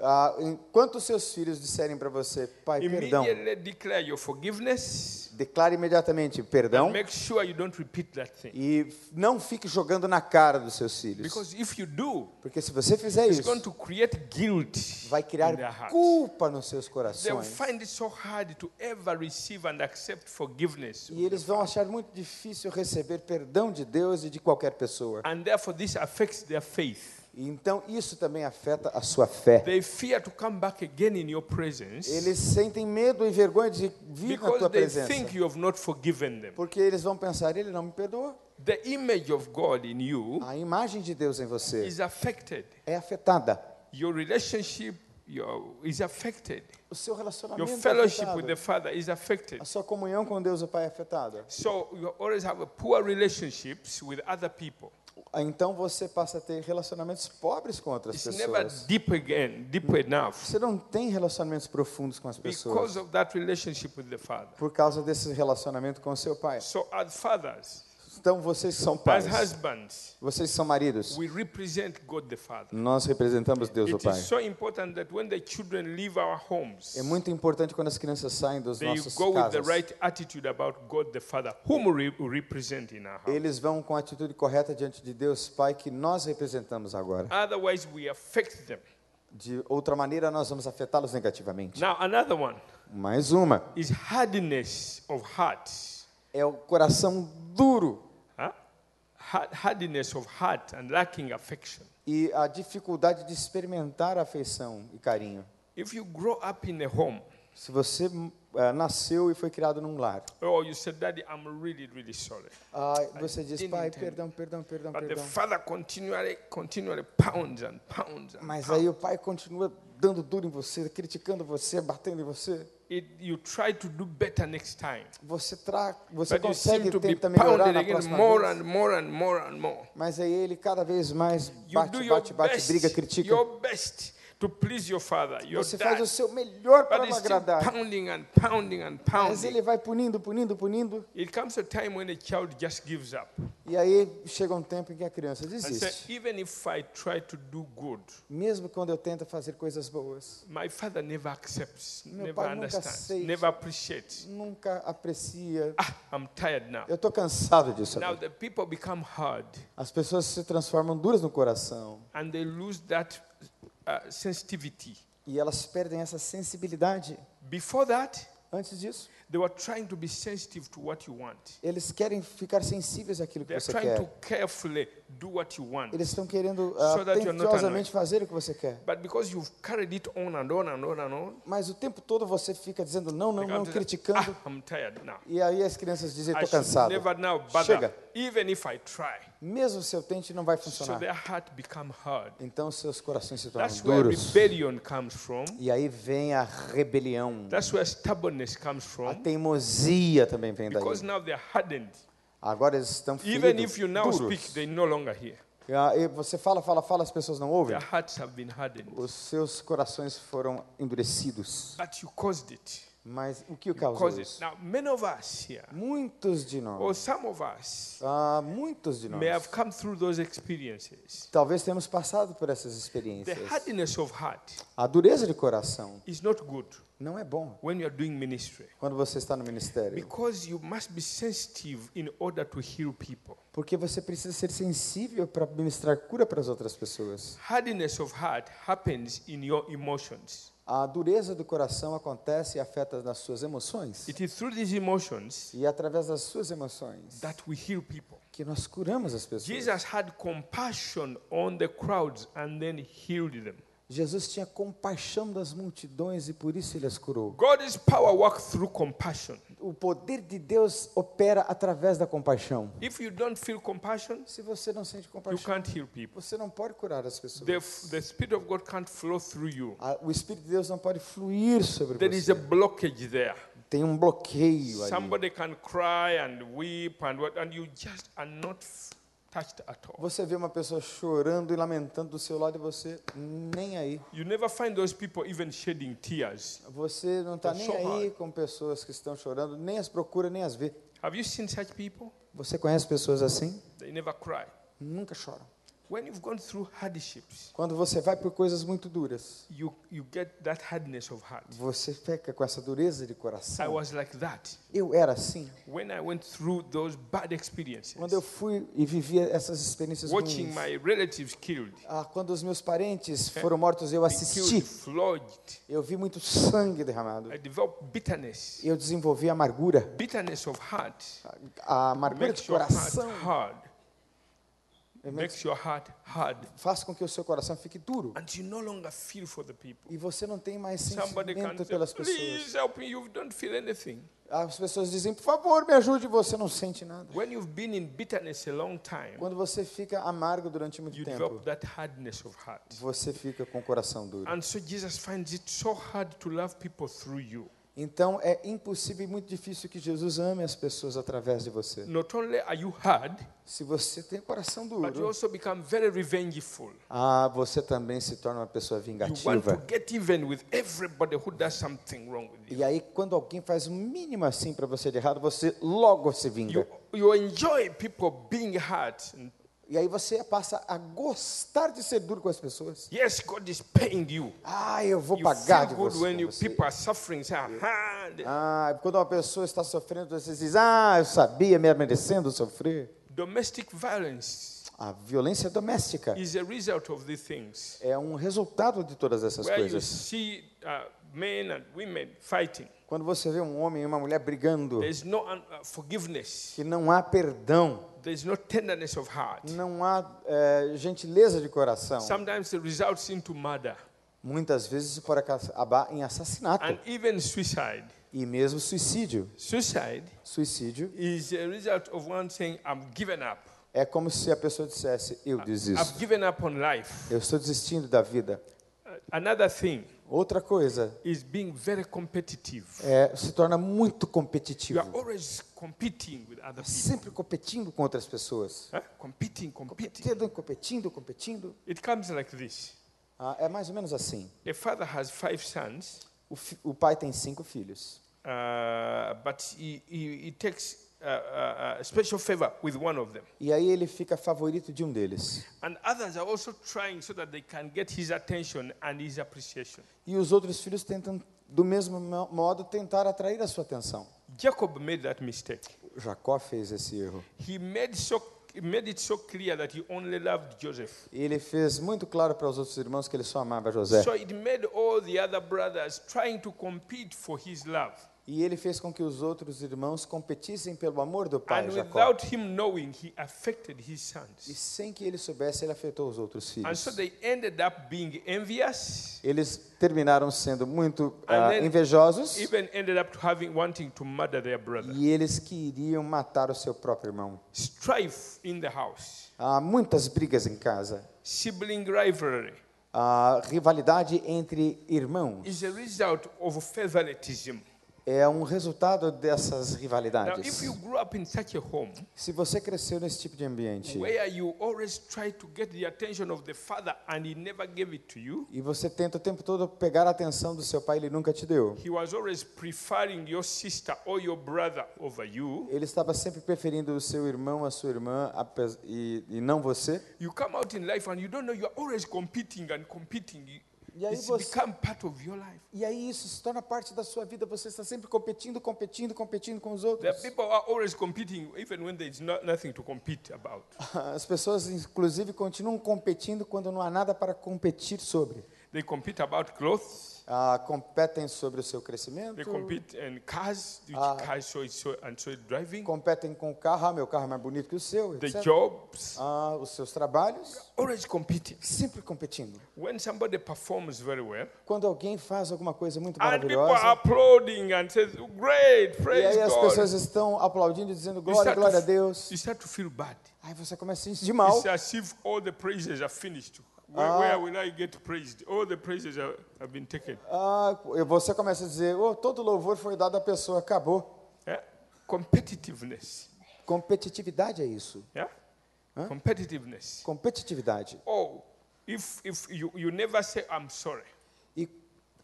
S2: Ah, enquanto os seus filhos disserem para você, pai, perdão,
S1: immediately declare your forgiveness
S2: declare imediatamente perdão
S1: and make sure you don't repeat that thing.
S2: e f- não fique jogando na cara dos seus filhos.
S1: Because if you do,
S2: Porque se você fizer
S1: it's going
S2: isso,
S1: to create guilt
S2: vai
S1: in their
S2: criar
S1: heart.
S2: culpa nos seus
S1: They will
S2: corações.
S1: find it so hard to ever receive and accept forgiveness.
S2: E eles vão achar muito difícil receber perdão de Deus e de qualquer pessoa.
S1: And therefore, this affects their faith.
S2: E Então, isso também afeta a sua fé.
S1: They fear to come back again in your presence
S2: Eles sentem medo e vergonha de vir na tua
S1: because they
S2: presença.
S1: think you have not forgiven them.
S2: Porque eles vão pensar, ele não me perdoou.
S1: The image of God in you
S2: A imagem de Deus em você
S1: is affected.
S2: é afetada.
S1: Your relationship your, is affected.
S2: O seu
S1: Your
S2: relacionamento é
S1: fellowship with
S2: afetado.
S1: the Father is affected.
S2: A sua comunhão com Deus o Pai é afetada.
S1: So you always have a poor relationships with other people.
S2: Então você passa a ter relacionamentos pobres com outras
S1: It's never
S2: pessoas.
S1: deep again, deep
S2: Mm.
S1: enough
S2: Você não tem relacionamentos profundos com as pessoas
S1: because of that relationship with the Father.
S2: por causa desse relacionamento com o seu pai.
S1: So as fathers,
S2: Então vocês são
S1: as
S2: pais,
S1: husbands,
S2: vocês são maridos.
S1: we represent God the Father.
S2: Nós representamos Deus o
S1: It
S2: Pai.
S1: is so important that when the children leave our homes,
S2: É muito importante quando as crianças saem dos
S1: they
S2: nossos
S1: go with the
S2: casas.
S1: right attitude about God the Father, whom we re- represent in our house.
S2: Eles vão com a atitude correta diante de Deus Pai que nós representamos agora.
S1: Otherwise, we affect them.
S2: De outra maneira, nós vamos afetá-los negativamente.
S1: Now, another one
S2: Mais uma
S1: is hardness of heart.
S2: é o coração duro
S1: Huh? Hard- Hardness of heart and lacking affection.
S2: e a dificuldade de experimentar afeição e carinho.
S1: If you grow up in a home,
S2: Se você eh, nasceu e foi criado num lar,
S1: or oh, you said, Daddy, I'm really, really sorry.
S2: ah, você diz,
S1: didn't
S2: pai,
S1: intend.
S2: perdão, perdão, perdão,
S1: But the
S2: perdão.
S1: father continually, continually pounds and pounds. And
S2: Mas
S1: pounds.
S2: aí o pai continua dando duro em você, criticando você, batendo em você.
S1: It, you try to do better next time.
S2: Você, tra... você
S1: But you seem
S2: consegue
S1: to be
S2: tentar melhorar
S1: pounded
S2: na
S1: again
S2: próxima
S1: more
S2: vez.
S1: and more and more and more.
S2: Mas aí ele cada vez mais
S1: You
S2: bate,
S1: do your
S2: bate, bate,
S1: best,
S2: briga, critica.
S1: your best to please your father, your
S2: Você faz
S1: dad.
S2: o seu melhor para
S1: But
S2: o
S1: it's still
S2: agradar.
S1: pounding and pounding and
S2: Mas
S1: pounding.
S2: ele vai punindo, punindo, punindo.
S1: It comes a time when a child just gives up
S2: E aí chega um tempo em que a criança
S1: and says,
S2: desiste.
S1: even if I try to do good,
S2: Mesmo quando eu tento fazer coisas boas,
S1: my father never accepts,
S2: Meu
S1: never
S2: pai nunca
S1: understands,
S2: aceita.
S1: never appreciates.
S2: nunca aprecia.
S1: Ah, I'm tired now.
S2: Eu estou cansado disso.
S1: Now
S2: agora.
S1: the people become hard
S2: As pessoas se transformam duras no coração
S1: and they lose that uh, sensitivity.
S2: e elas perdem essa sensibilidade.
S1: Before that,
S2: Antes disso,
S1: they were trying to be sensitive to what you want.
S2: eles querem ficar sensíveis àquilo que
S1: They're
S2: você
S1: trying to
S2: quer.
S1: carefully do what you want.
S2: Eles estão querendo
S1: So that you're not
S2: atenciosamente fazer o que você quer.
S1: But because you've carried it on and on and on and on,
S2: Mas o tempo todo você fica dizendo não, não,
S1: they
S2: não,
S1: come to that,
S2: criticando.
S1: "Ah, I'm tired now.
S2: E aí as crianças dizem,
S1: I
S2: estou
S1: should
S2: cansado.
S1: never now bother,
S2: Chega.
S1: even if I try.
S2: Mesmo se eu tente, não vai
S1: So
S2: funcionar.
S1: their heart become hard.
S2: Então seus corações se tornam
S1: That's where
S2: duros.
S1: rebellion comes from.
S2: E aí vem a rebelião.
S1: That's where stubbornness comes
S2: A
S1: from.
S2: teimosia também vem daí.
S1: Because now they're hardened.
S2: Agora eles estão
S1: Even
S2: feridos,
S1: if you now
S2: duros.
S1: speak, they no longer hear.
S2: E aí Você fala, fala, fala, as pessoas não ouvem.
S1: Their hearts have been hardened.
S2: Os seus corações foram endurecidos.
S1: But you caused it.
S2: Mas o que
S1: You
S2: causou
S1: caused it.
S2: isso?
S1: Now, many of us here,
S2: Muitos de
S1: or
S2: nós,
S1: some of us,
S2: ah, muitos de
S1: may have
S2: nós,
S1: come through those experiences.
S2: talvez tenhamos passado por essas
S1: The
S2: experiências.
S1: hardness of heart
S2: A dureza de coração
S1: is not good
S2: não é bom
S1: when you are doing ministry
S2: quando você está no ministério.
S1: because you must be sensitive in order to heal people.
S2: Porque você precisa ser sensível para ministrar cura para as outras pessoas.
S1: Hardness of heart happens in your emotions.
S2: A dureza do coração acontece e afeta nas suas emoções.
S1: It is through these emotions
S2: E é através das suas emoções
S1: that we heal people.
S2: que nós curamos as pessoas.
S1: Jesus had compassion on the crowds and then healed them.
S2: Jesus tinha compaixão das multidões e por isso ele as curou.
S1: God's power works through compassion.
S2: O poder de Deus opera através da compaixão.
S1: If you don't feel compassion,
S2: Se você não sente
S1: you
S2: compaixão,
S1: can't heal people.
S2: você não pode curar as pessoas.
S1: The, the Spirit of God can't flow through you.
S2: A- O Espírito de Deus não pode fluir sobre
S1: There is a
S2: você.
S1: blockage there.
S2: Tem um bloqueio ali.
S1: Somebody can cry and weep and what, and you just are not f- touched at all.
S2: Você vê uma pessoa chorando e lamentando do seu lado e você nem aí.
S1: You never find those people even shedding tears.
S2: Você não está
S1: Eu
S2: nem
S1: sou
S2: aí
S1: raro.
S2: com pessoas que estão chorando, nem as procura, nem as vê.
S1: Have you seen such people?
S2: Você conhece pessoas assim?
S1: They never cry.
S2: Nunca choram.
S1: When you've gone through hardships,
S2: Quando você vai por coisas muito duras,
S1: you, you get that hardness of heart.
S2: você fica com essa dureza de
S1: I
S2: coração.
S1: was like that
S2: Eu era assim.
S1: when I went through those bad experiences,
S2: Quando eu fui e vivia essas experiências
S1: watching
S2: ruins,
S1: my relatives killed,
S2: ah, quando os meus parentes foram mortos, eu
S1: killed,
S2: assisti.
S1: flogged.
S2: Eu vi muito sangue derramado.
S1: I developed bitterness,
S2: Eu desenvolvi amargura,
S1: bitterness of heart.
S2: a amargura de
S1: makes your heart
S2: coração.
S1: hard. It makes your heart hard.
S2: Faz com que o seu coração fique duro
S1: And you no longer feel for the people.
S2: e você não tem mais
S1: Somebody can
S2: sentimento
S1: say,
S2: pelas pessoas.
S1: please help me. You don't feel anything.
S2: As pessoas dizem, por favor, me ajude, e você não sente nada.
S1: When you've been in bitterness a long time,
S2: Quando você fica amargo durante muito
S1: you
S2: tempo,
S1: develop that hardness of heart.
S2: você fica com o coração duro.
S1: And so Jesus finds it so hard to love people through you.
S2: Então é impossível e muito difícil que Jesus ame as pessoas através de você.
S1: Not only are you hard,
S2: Se você tem o coração
S1: but you
S2: duro,
S1: also become very revengeful.
S2: ah, você também se torna uma pessoa
S1: You want to
S2: vingativa.
S1: get even with everybody who does something wrong with you.
S2: E aí, quando alguém faz o mínimo assim para você de errado, você logo se vinga.
S1: You, you enjoy people being hurt. And
S2: E aí você passa a gostar de ser duro com as pessoas.
S1: yes, God is paying you.
S2: Ah, eu vou
S1: You feel
S2: pagar de
S1: good when
S2: você.
S1: you,
S2: você.
S1: people are suffering. Say, "Aha," the
S2: Ah, quando uma pessoa está sofrendo, você diz, ah, eu sabia, me merecendo sofrer.
S1: Domestic violence
S2: A violência doméstica
S1: is a result of these things.
S2: é um resultado de todas essas
S1: Where you
S2: coisas.
S1: see uh, men and women fighting,
S2: Quando você vê um homem e uma mulher brigando,
S1: there's no un- uh, forgiveness,
S2: que não há perdão,
S1: there's no tenderness of heart.
S2: não há eh, gentileza de coração,
S1: Sometimes it results into murder
S2: muitas vezes isso pode acabar em assassinato
S1: and even suicide.
S2: e mesmo suicídio.
S1: Suicide
S2: Suicídio
S1: is a result of one saying, I'm given up.
S2: é como se a pessoa dissesse, eu desisto,
S1: I've given up on life.
S2: eu estou desistindo da vida.
S1: Uh, Another thing
S2: Outra coisa
S1: is being very competitive.
S2: é se torna muito
S1: You are
S2: competitivo, É
S1: always competing with other people.
S2: sempre competindo com outras pessoas.
S1: Huh? Competing, competing.
S2: Competindo, competindo, competindo.
S1: It comes like this.
S2: Ah, é mais ou menos assim.
S1: A father has five sons,
S2: O, fi- o pai tem cinco filhos,
S1: uh, but he, he, he takes uh, uh, uh, special favor with one of them.
S2: e aí ele fica favorito de um deles.
S1: And others are also trying so that they can get his attention and his appreciation.
S2: E os outros filhos tentam, do mesmo mo- modo, tentar atrair a sua atenção.
S1: Jacob made that mistake.
S2: Jacó fez esse erro.
S1: He made, so, he made it so clear that he only loved Joseph.
S2: Ele fez muito claro para os outros irmãos que ele só amava José.
S1: So it made all the other brothers trying to compete for his love.
S2: E ele fez com que os outros irmãos competissem pelo amor do pai,
S1: And
S2: Jacó.
S1: without him knowing, he affected his
S2: E
S1: sons.
S2: sem que ele soubesse, ele afetou os outros
S1: And so
S2: filhos.
S1: they ended up being envious,
S2: Eles terminaram sendo muito
S1: And
S2: ah,
S1: then-
S2: invejosos.
S1: even ended up having wanting to murder their brother.
S2: E eles queriam matar o seu próprio irmão.
S1: Strife in the house,
S2: Há muitas brigas em casa.
S1: sibling rivalry
S2: A rivalidade entre irmãos
S1: is a result of favoritism.
S2: é um resultado dessas
S1: Now, if
S2: rivalidades.
S1: you grew up in such a home
S2: Se você cresceu nesse tipo de ambiente
S1: where you always try to get the attention of the father and he never gave it to you,
S2: e você tenta o tempo todo pegar a atenção do seu pai, ele nunca te deu.
S1: he was always preferring your sister or your brother over you,
S2: Ele estava sempre preferindo o seu irmão, a sua irmã apes- e, e não você.
S1: you come out in life and you don't know you're always competing and competing. You-
S2: Yeah, it
S1: It's
S2: was-
S1: become part of your life.
S2: E aí isso se torna parte da sua vida. Você está sempre competindo, competindo, competindo com os
S1: The
S2: outros.
S1: people are always competing even when there's not, nothing to compete about.
S2: Ah, As pessoas, inclusive, continuam competindo quando não há nada para competir sobre.
S1: They compete about clothes,
S2: Ah, competem sobre o seu
S1: they
S2: crescimento,
S1: compete in cars, which cars so it's so and so it's driving,
S2: competem com o carro, ah, meu carro é mais bonito que o seu,
S1: the
S2: etc.
S1: jobs,
S2: Ah, os seus trabalhos,
S1: always competing.
S2: sempre competindo.
S1: When somebody performs very well,
S2: Quando alguém faz alguma coisa muito
S1: and people are
S2: maravilhosa,
S1: applauding and says, "Great,
S2: e
S1: praise
S2: aí as
S1: God," é
S2: pessoas estão aplaudindo, e dizendo
S1: you,
S2: glória,
S1: start
S2: glória a
S1: to,
S2: Deus,
S1: you start to feel bad.
S2: aí você começa a se sentir mal.
S1: It's as if all the praises are finished. Where, where will I get praised? All the praises are, have been taken.
S2: Ah, e você começa a dizer, oh, todo louvor foi dado à pessoa, acabou.
S1: Yeah? Competitiveness.
S2: Competitividade é isso,
S1: Yeah? Competitiveness.
S2: competitividade.
S1: Oh, if if you, you never say I'm sorry,
S2: E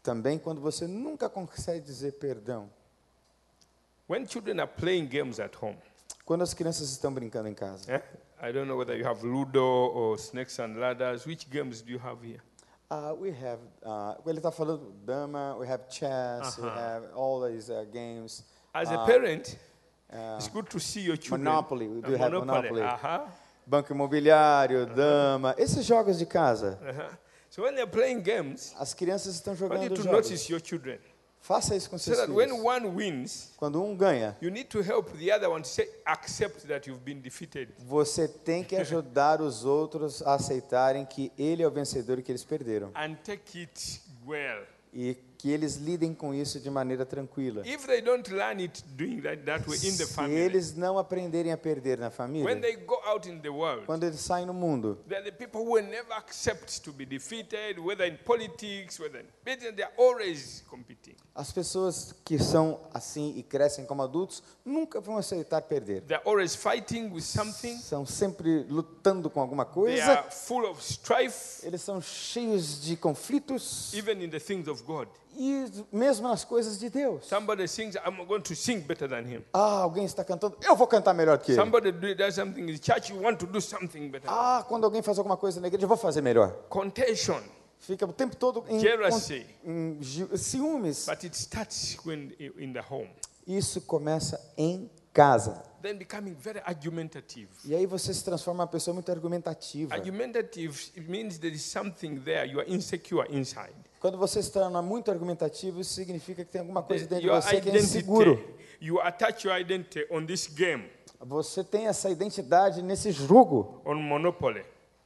S2: também quando você nunca consegue dizer perdão.
S1: when children are playing games at home,
S2: Quando as crianças estão brincando em casa,
S1: yeah? I don't know whether you have Ludo or Snakes and Ladders. Which games do you have here?
S2: Uh, we have, uh, ele está falando dama, we have chess, we have all these uh, games.
S1: As a
S2: uh,
S1: parent,
S2: uh,
S1: it's good to see your children.
S2: Monopoly, we do
S1: Uh,
S2: have
S1: Monopoly.
S2: Monopoly.
S1: Uh-huh.
S2: banco imobiliário, dama, esses jogos de casa.
S1: É. Uh-huh. So when they're playing games,
S2: As crianças estão
S1: I want you
S2: jogando
S1: to
S2: jogos.
S1: notice your children.
S2: Faça isso com
S1: So
S2: seus
S1: that when
S2: filhos.
S1: one wins,
S2: Quando um ganha,
S1: you need to help the other one say, accept that you've been defeated.
S2: você tem que ajudar os outros a aceitarem que ele é o vencedor e que eles perderam.
S1: and take it well.
S2: E que eles lidem com isso de maneira tranquila.
S1: If they don't learn it doing that that way in the
S2: Se
S1: family,
S2: eles não aprenderem a perder na
S1: when
S2: família,
S1: they go out in the world,
S2: quando eles saem no mundo,
S1: they're the people who will never accept to be defeated, whether in politics, whether in business, they're always competing.
S2: as pessoas que são assim e crescem como adultos nunca vão aceitar perder.
S1: They're always fighting with something.
S2: São sempre lutando com alguma
S1: They are
S2: coisa.
S1: full of strife,
S2: Eles são cheios de conflitos
S1: even in the things of God.
S2: e mesmo nas coisas de Deus.
S1: Somebody sings, I'm going to sing better than him.
S2: Ah, alguém está cantando, eu vou cantar melhor que ele.
S1: Somebody do, does something in the church, you want to do something better.
S2: Ah, quando alguém faz alguma coisa na igreja, eu vou fazer melhor.
S1: Contention,
S2: Fica o tempo todo em,
S1: Jealousy.
S2: em gi- ciúmes.
S1: but it starts when in the home.
S2: Isso começa em casa.
S1: Then becoming very argumentative.
S2: E aí você se transforma em uma pessoa muito argumentativa.
S1: Argumentative it means there is something there you are insecure inside.
S2: Quando você se torna muito argumentativo, isso significa que tem alguma coisa dentro de
S1: Eh, Your
S2: você que é inseguro.
S1: You attach your identity on this game,
S2: Você tem essa identidade nesse jogo,
S1: on Monopoly.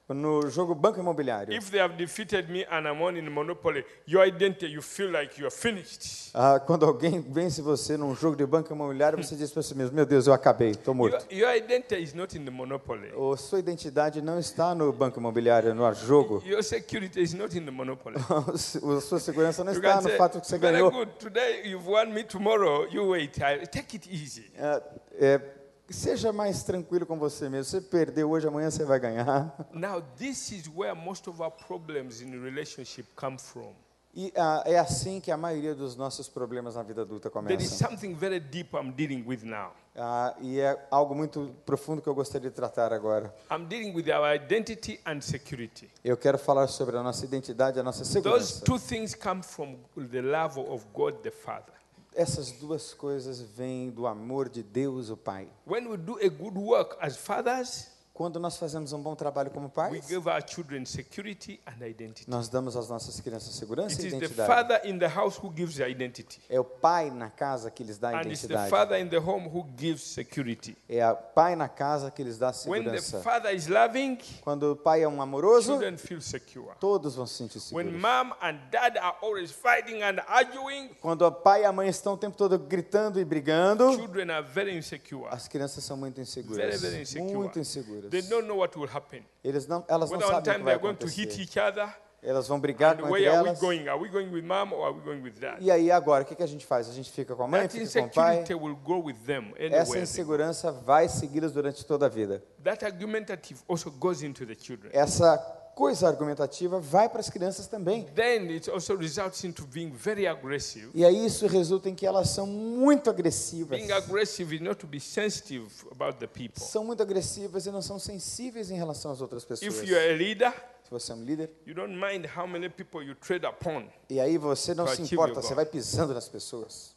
S2: no jogo Banco Imobiliário.
S1: If they have defeated me and I'm on in Monopoly, your identity, you feel like you are finished.
S2: Ah, quando alguém vence você num jogo de banco imobiliário, você diz para si mesmo: Meu Deus, eu acabei, estou
S1: Your,
S2: morto.
S1: your identity is not in the Monopoly.
S2: Ou sua identidade não está no banco imobiliário, no jogo.
S1: Your security is not in the Monopoly.
S2: A sua segurança não
S1: You
S2: está
S1: can
S2: no
S1: say,
S2: fato que você
S1: very
S2: ganhou.
S1: good, today you've won me, tomorrow you wait. I, take it easy.
S2: Ah, é, seja mais tranquilo com você mesmo. Você perdeu hoje, amanhã você vai ganhar.
S1: Now, this is where most of our problems in relationship come from.
S2: E ah, é assim que a maioria dos nossos problemas na vida adulta
S1: There is
S2: começam.
S1: something very deep I'm dealing with now.
S2: Ah, e é algo muito profundo que eu gostaria de tratar agora.
S1: I'm dealing with our identity and security.
S2: Eu quero falar sobre a nossa identidade, a nossa
S1: Those
S2: segurança.
S1: two things come from the love of God the Father.
S2: Essas duas coisas vêm do amor de Deus, o Pai.
S1: When we do a good work as fathers,
S2: Quando nós fazemos um bom trabalho como
S1: we
S2: pais,
S1: give our children security and identity.
S2: nós damos às nossas crianças segurança
S1: It
S2: e
S1: is the
S2: identidade.
S1: father in the house who gives the identity,
S2: É o pai na casa que lhes dá a
S1: and it's the
S2: identidade.
S1: father in the home who gives security.
S2: É o pai na casa que lhes dá a
S1: When the
S2: segurança.
S1: father is loving,
S2: Quando o pai é um amoroso,
S1: children feel secure.
S2: todos vão se sentir
S1: When
S2: seguros.
S1: mom and dad are always fighting and arguing,
S2: Quando o pai e a mãe estão o tempo todo gritando e brigando,
S1: children are very insecure.
S2: as crianças são muito
S1: Very,
S2: inseguras.
S1: very insecure.
S2: Muito
S1: They
S2: inseguras.
S1: don't know what will happen.
S2: Eles não, elas não
S1: Whether one
S2: sabem o
S1: time
S2: que
S1: they
S2: vai
S1: are going to hit
S2: acontecer.
S1: each other,
S2: Elas vão brigar com entre
S1: where are we
S2: elas.
S1: going? Are we going with mom or are we going with dad?
S2: E aí agora, o que que a gente faz? A gente fica com a mãe,
S1: That
S2: fica com o pai.
S1: insecurity will go with them
S2: Essa
S1: anywhere. they go.
S2: insegurança vai segui-las durante toda a vida.
S1: That argumentative also goes into the children.
S2: Essa coisa argumentativa vai para as crianças também.
S1: Then it also results into being very aggressive.
S2: E aí isso resulta em que elas são muito agressivas.
S1: Being aggressive is not to be sensitive about the people.
S2: São muito agressivas e não são sensíveis em relação às outras pessoas.
S1: If you are a leader,
S2: Se você é um líder,
S1: you don't mind how many people you tread upon.
S2: E aí você não
S1: To
S2: se
S1: achieve
S2: importa,
S1: your
S2: você
S1: goal.
S2: vai pisando nas pessoas.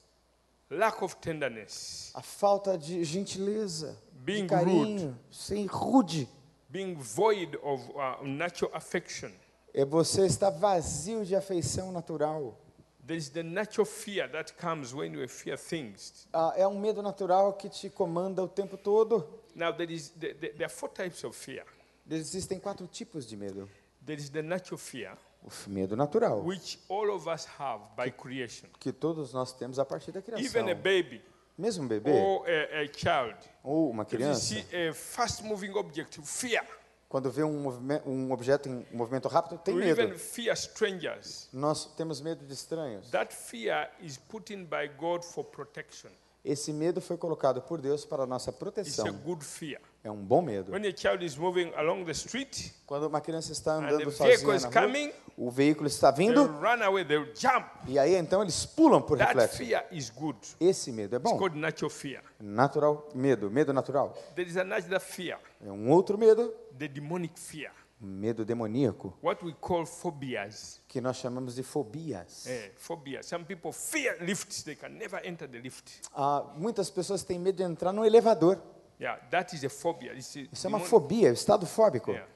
S1: Lack of tenderness,
S2: A falta de gentileza,
S1: Being
S2: de carinho, sem rude.
S1: being void of uh, natural affection.
S2: É você está vazio de afeição natural.
S1: There is the natural fear that comes when we fear things.
S2: Ah, é um medo natural que te comanda o tempo todo.
S1: Now, there, is, there, there- there are four types of fear.
S2: Existem quatro tipos de medo.
S1: There is the natural fear,
S2: O f- medo natural,
S1: which all of us have by creation.
S2: que todos nós temos a partir da criação.
S1: Even a baby
S2: Mesmo um bebê
S1: or a, a child.
S2: ou uma
S1: If you
S2: criança,
S1: see a fast moving object, you fear.
S2: quando vê um, movime- um objeto em movimento rápido, tem
S1: You even
S2: medo.
S1: fear strangers.
S2: Nós temos medo de estranhos.
S1: That fear is put in by God for protection.
S2: Esse medo foi colocado por Deus para a nossa
S1: It's a
S2: proteção.
S1: good fear.
S2: É um bom medo.
S1: When a child is moving along the street,
S2: Quando uma criança está
S1: and the
S2: andando
S1: vehicle
S2: sozinha
S1: is
S2: na rua,
S1: coming,
S2: o veículo está
S1: they'll
S2: vindo
S1: run away, they'll jump.
S2: e aí então eles pulam por
S1: That
S2: reflexo.
S1: fear is good.
S2: Esse medo é bom. É
S1: It's called natural fear.
S2: Natural medo, medo natural.
S1: There is another fear,
S2: É um outro medo,
S1: the demonic fear,
S2: um medo demoníaco,
S1: what we call phobias.
S2: que nós chamamos de fobias.
S1: Eh, phobia. Some people fear lifts; they can never enter the lift.
S2: Ah, muitas pessoas têm medo de entrar no elevador.
S1: Yeah, that is a phobia. It's a
S2: Isso é uma
S1: demon-
S2: fobia, é um estado fóbico.
S1: Yeah.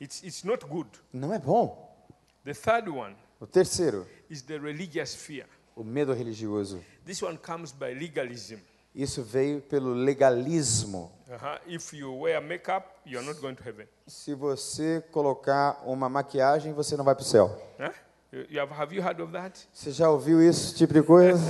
S1: It's it's not good.
S2: Não é bom.
S1: The third one
S2: O terceiro
S1: is the religious fear.
S2: o medo religioso.
S1: This one comes by legalism.
S2: Isso veio pelo legalismo.
S1: Uh-huh. If you wear makeup, you're not going to heaven.
S2: Se você colocar uma maquiagem, você não vai para o céu.
S1: Huh? You- you have, have you heard of that?
S2: Você já ouviu isso, esse tipo de coisa?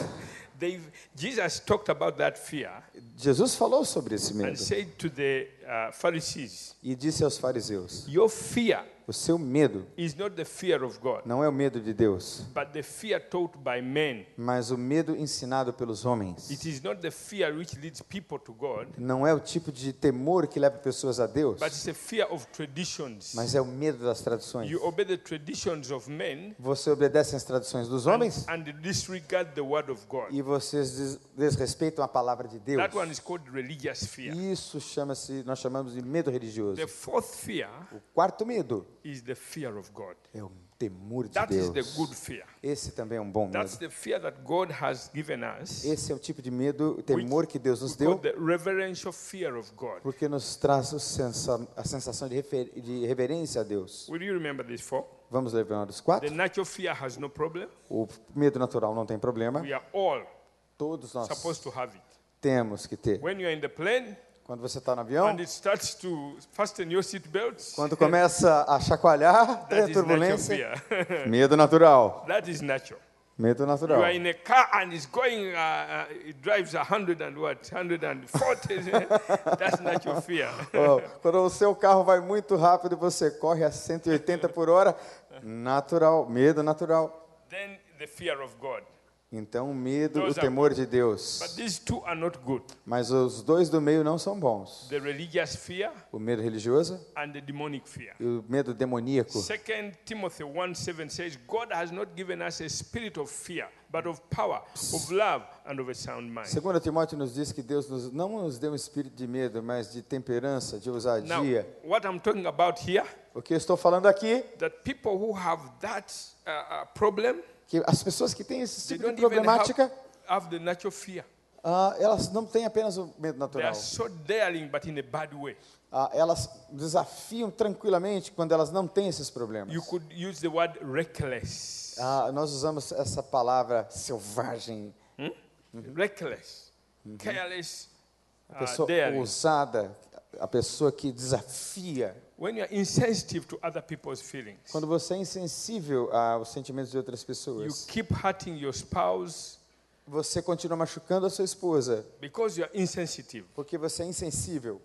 S1: They've, Jesus talked about that fear
S2: Jesus falou sobre esse
S1: and
S2: medo
S1: said to the uh, Pharisees,
S2: e disse aos fariseus:
S1: Your fear
S2: O seu medo
S1: is not the fear of God,
S2: não é o medo de Deus,
S1: but the fear taught by men.
S2: mas o medo ensinado pelos homens.
S1: It is not the fear which leads people to God,
S2: Não é o tipo de temor que leva pessoas a Deus,
S1: but it's a fear of traditions.
S2: mas é o medo das tradições.
S1: You obey the traditions of men
S2: Você obedece às tradições dos homens
S1: and disregard the word of God.
S2: e vocês des- desrespeitam a palavra de Deus.
S1: That one is called religious fear.
S2: Isso chama-se, nós chamamos de medo religioso.
S1: The fourth fear
S2: O quarto medo
S1: is the fear of God.
S2: é o temor de
S1: That is the
S2: Deus.
S1: good fear.
S2: Esse também é um bom
S1: That's
S2: medo.
S1: the fear that God has given us.
S2: Esse é o tipo de medo, o temor que Deus nos
S1: We call
S2: deu,
S1: the reverential fear of God.
S2: porque nos traz o sensa- a sensação de, refer- de reverência a Deus.
S1: Will you remember these four?
S2: Vamos levar os
S1: The
S2: quatro?
S1: natural fear has no problem.
S2: O medo natural não tem problema.
S1: We are all
S2: Todos nós
S1: supposed to have it.
S2: temos que ter.
S1: When you are in the plane
S2: Quando você está no avião,
S1: and it starts to fasten your seat belts,
S2: quando começa a chacoalhar,
S1: that is
S2: tem a
S1: natural
S2: turbulência.
S1: fear.
S2: Medo natural.
S1: that is natural.
S2: Medo
S1: You
S2: natural.
S1: are in a car and it's going, uh, uh, it drives 100 and what, 140. That's natural fear.
S2: Ó, Quando o seu carro vai muito rápido e você corre a 180 por hora, natural, medo natural.
S1: then the fear of God.
S2: Então, o medo, o
S1: Those are-
S2: temor de Deus.
S1: But these two are not good
S2: Mas os dois do meio não são bons.
S1: the religious fear
S2: O medo religioso
S1: and the demonic fear.
S2: e o medo demoníaco.
S1: Second Timothy 1 7 says, God has not given us a spirit of fear, but of power, of love, and of a sound mind.
S2: Segundo Timóteo nos diz que Deus nos- não nos deu um espírito de medo, mas de temperança, de
S1: Now,
S2: ousadia.
S1: what I'm talking about here,
S2: O que eu estou falando aqui,
S1: that people who have that uh, uh, problem,
S2: que as pessoas que têm esse
S1: they
S2: tipo de
S1: don't even have,
S2: problemática,
S1: have the natural fear.
S2: ah, elas não têm apenas o medo
S1: They
S2: natural.
S1: are so daring, but in a bad way.
S2: Ah, elas desafiam tranquilamente quando elas não têm esses problemas.
S1: You could use the word reckless.
S2: Ah, nós usamos essa palavra selvagem,
S1: Reckless. Careless.
S2: a
S1: Uh,
S2: pessoa
S1: daring.
S2: ousada, a pessoa que desafia.
S1: When you're insensitive to other people's feelings,
S2: Quando você é insensível aos sentimentos de outras
S1: you
S2: pessoas,
S1: keep hurting your spouse
S2: você continua machucando a sua esposa
S1: because you're insensitive.
S2: porque você é insensível.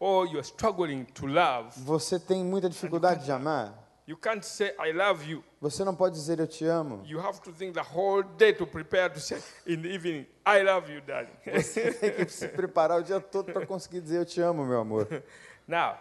S1: or you're struggling to love,
S2: Você tem muita dificuldade de amar.
S1: you can't say, I love you.
S2: Você não pode dizer eu te amo.
S1: You have to think the whole day to prepare to say in the evening, I love you, darling.
S2: Você tem que se preparar o dia todo para conseguir dizer eu te amo, meu amor.
S1: now,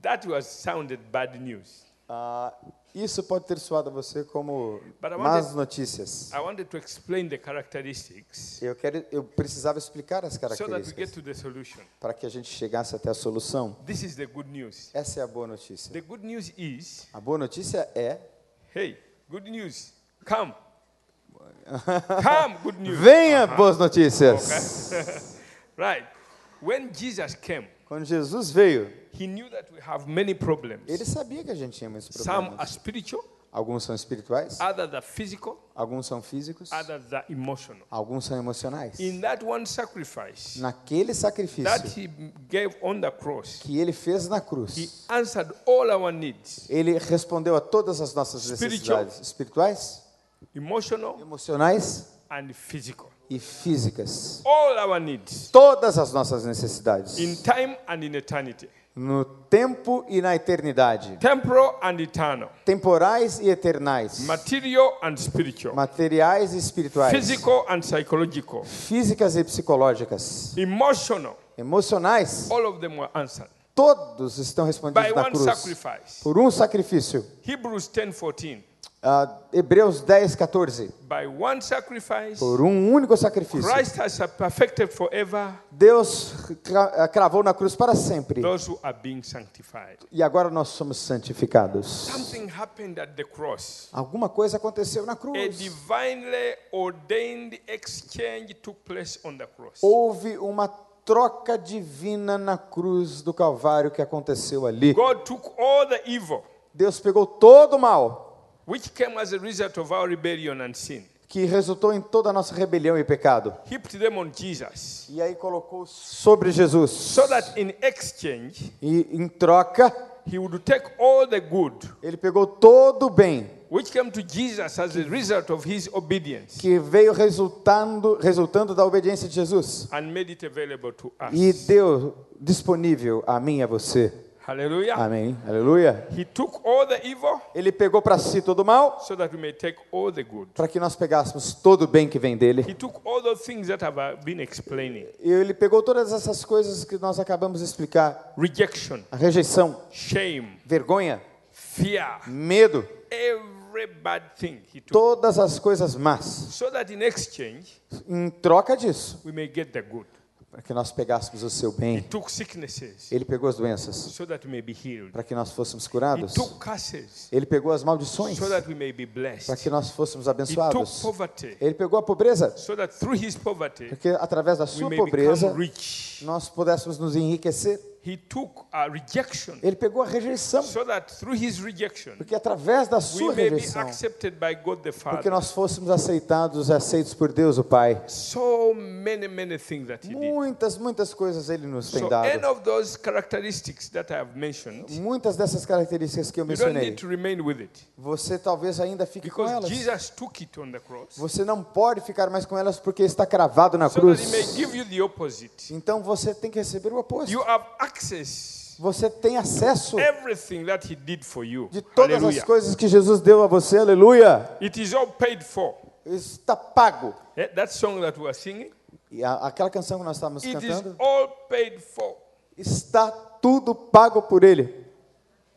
S1: that was sounded bad news.
S2: Ah, isso pode ter soado a você como
S1: But I
S2: más notícias.
S1: I wanted to explain the characteristics
S2: Eu, quero, eu precisava explicar as
S1: so that we get
S2: características
S1: to the solution.
S2: para que a gente chegasse até a solução.
S1: This is the good news.
S2: Essa é a boa notícia.
S1: The good news is
S2: A boa notícia é:
S1: hey, good news, come. come, good news.
S2: venha boas notícias.
S1: Right. When Jesus came,
S2: Quando Jesus veio,
S1: he knew that we have many problems.
S2: ele sabia que a gente tinha muitos
S1: Some are
S2: problemas.
S1: spiritual,
S2: Alguns são espirituais,
S1: others are physical,
S2: alguns são físicos,
S1: others are emotional.
S2: alguns são emocionais.
S1: In that one sacrifice
S2: Naquele
S1: that
S2: sacrifício
S1: he gave on the cross,
S2: que ele fez na
S1: he
S2: cruz,
S1: answered all our needs
S2: ele respondeu a todas as nossas
S1: Spiritual.
S2: necessidades espirituais,
S1: emotional
S2: emocionais
S1: and physical.
S2: e físicas.
S1: All our needs
S2: Todas as nossas necessidades.
S1: in time and in eternity,
S2: no tempo e na eternidade,
S1: temporal and eternal,
S2: temporais e eternais,
S1: material and spiritual,
S2: materiais e espirituais,
S1: physical and psychological,
S2: físicas e psicológicas,
S1: emotional.
S2: emocionais,
S1: All of them were answered
S2: todos estão
S1: by
S2: respondidos na
S1: one
S2: cruz
S1: sacrifice.
S2: por um sacrifício.
S1: Hebrews 10:14.
S2: Ah, Hebreus 10, 14.
S1: By one sacrifice,
S2: Por um único sacrifício.
S1: Christ has perfected forever
S2: Deus cra- eh, cravou na cruz para sempre.
S1: those who are being sanctified.
S2: E agora nós somos santificados.
S1: Something happened at the cross.
S2: Alguma coisa aconteceu na
S1: A
S2: cruz.
S1: divinely ordained exchange took place on the cross.
S2: Houve uma troca divina na cruz do Calvário que aconteceu ali.
S1: God took all the evil
S2: Deus pegou todo o mal
S1: which came as a result of our rebellion and sin
S2: que resultou em toda a nossa rebelião e pecado.
S1: heaped them on Jesus.
S2: E aí colocou sobre Jesus.
S1: So that in exchange,
S2: E em troca,
S1: he would take all the good
S2: ele pegou todo o bem
S1: which came to Jesus as a result of his obedience
S2: que veio resultando, resultando da obediência de Jesus
S1: and made it available to
S2: e
S1: us.
S2: deu disponível a mim e a você.
S1: Hallelujah.
S2: Amém. Aleluia.
S1: He took all the evil
S2: Ele pegou para si todo o mal
S1: so that we may take all the good.
S2: para que nós pegássemos todo o bem que vem dele.
S1: He took all the things that I've been explaining
S2: E ele pegou todas essas coisas que nós acabamos de explicar:
S1: rejection,
S2: a rejeição,
S1: shame,
S2: vergonha,
S1: fear,
S2: medo,
S1: every bad thing. He took
S2: todas as coisas más.
S1: so that in exchange
S2: Em troca disso,
S1: we may get the good.
S2: para que nós pegássemos o seu
S1: He
S2: bem,
S1: took sicknesses
S2: ele pegou as doenças
S1: so that we may be healed.
S2: para que nós fôssemos
S1: He
S2: curados.
S1: took curses
S2: Ele pegou as maldições
S1: so that we may be
S2: para
S1: blessed.
S2: que nós fôssemos
S1: He took
S2: abençoados.
S1: poverty
S2: Ele pegou a pobreza
S1: so that through his poverty
S2: para que através da
S1: we
S2: sua
S1: may
S2: pobreza
S1: become rich.
S2: nós pudéssemos nos enriquecer.
S1: He took a rejection
S2: Ele pegou a rejeição
S1: so that through his rejection
S2: porque através da
S1: we
S2: sua
S1: may be
S2: rejeição
S1: accepted by God the
S2: para que
S1: Father.
S2: nós fôssemos aceitados, aceitos por Deus, o Pai.
S1: So many, many things that he did.
S2: Muitas, muitas coisas ele nos tem
S1: So any
S2: dado.
S1: of those characteristics that I have mentioned,
S2: Muitas dessas características que eu
S1: you don't
S2: mencionei,
S1: need to remain with it
S2: você talvez ainda fique com
S1: because
S2: elas.
S1: Jesus took it on the cross
S2: Você não pode ficar mais com elas porque está cravado na
S1: so that
S2: cruz.
S1: he may give you the opposite.
S2: Então você tem que receber o oposto.
S1: You have access
S2: Você tem acesso
S1: everything that he did for you.
S2: de todas as
S1: Hallelujah.
S2: coisas que Jesus deu a você. Aleluia!
S1: It is all paid for.
S2: Está pago.
S1: Eh, That song that we are singing,
S2: E a, aquela canção que nós estávamos
S1: it is
S2: cantando,
S1: all paid for.
S2: está tudo pago por ele.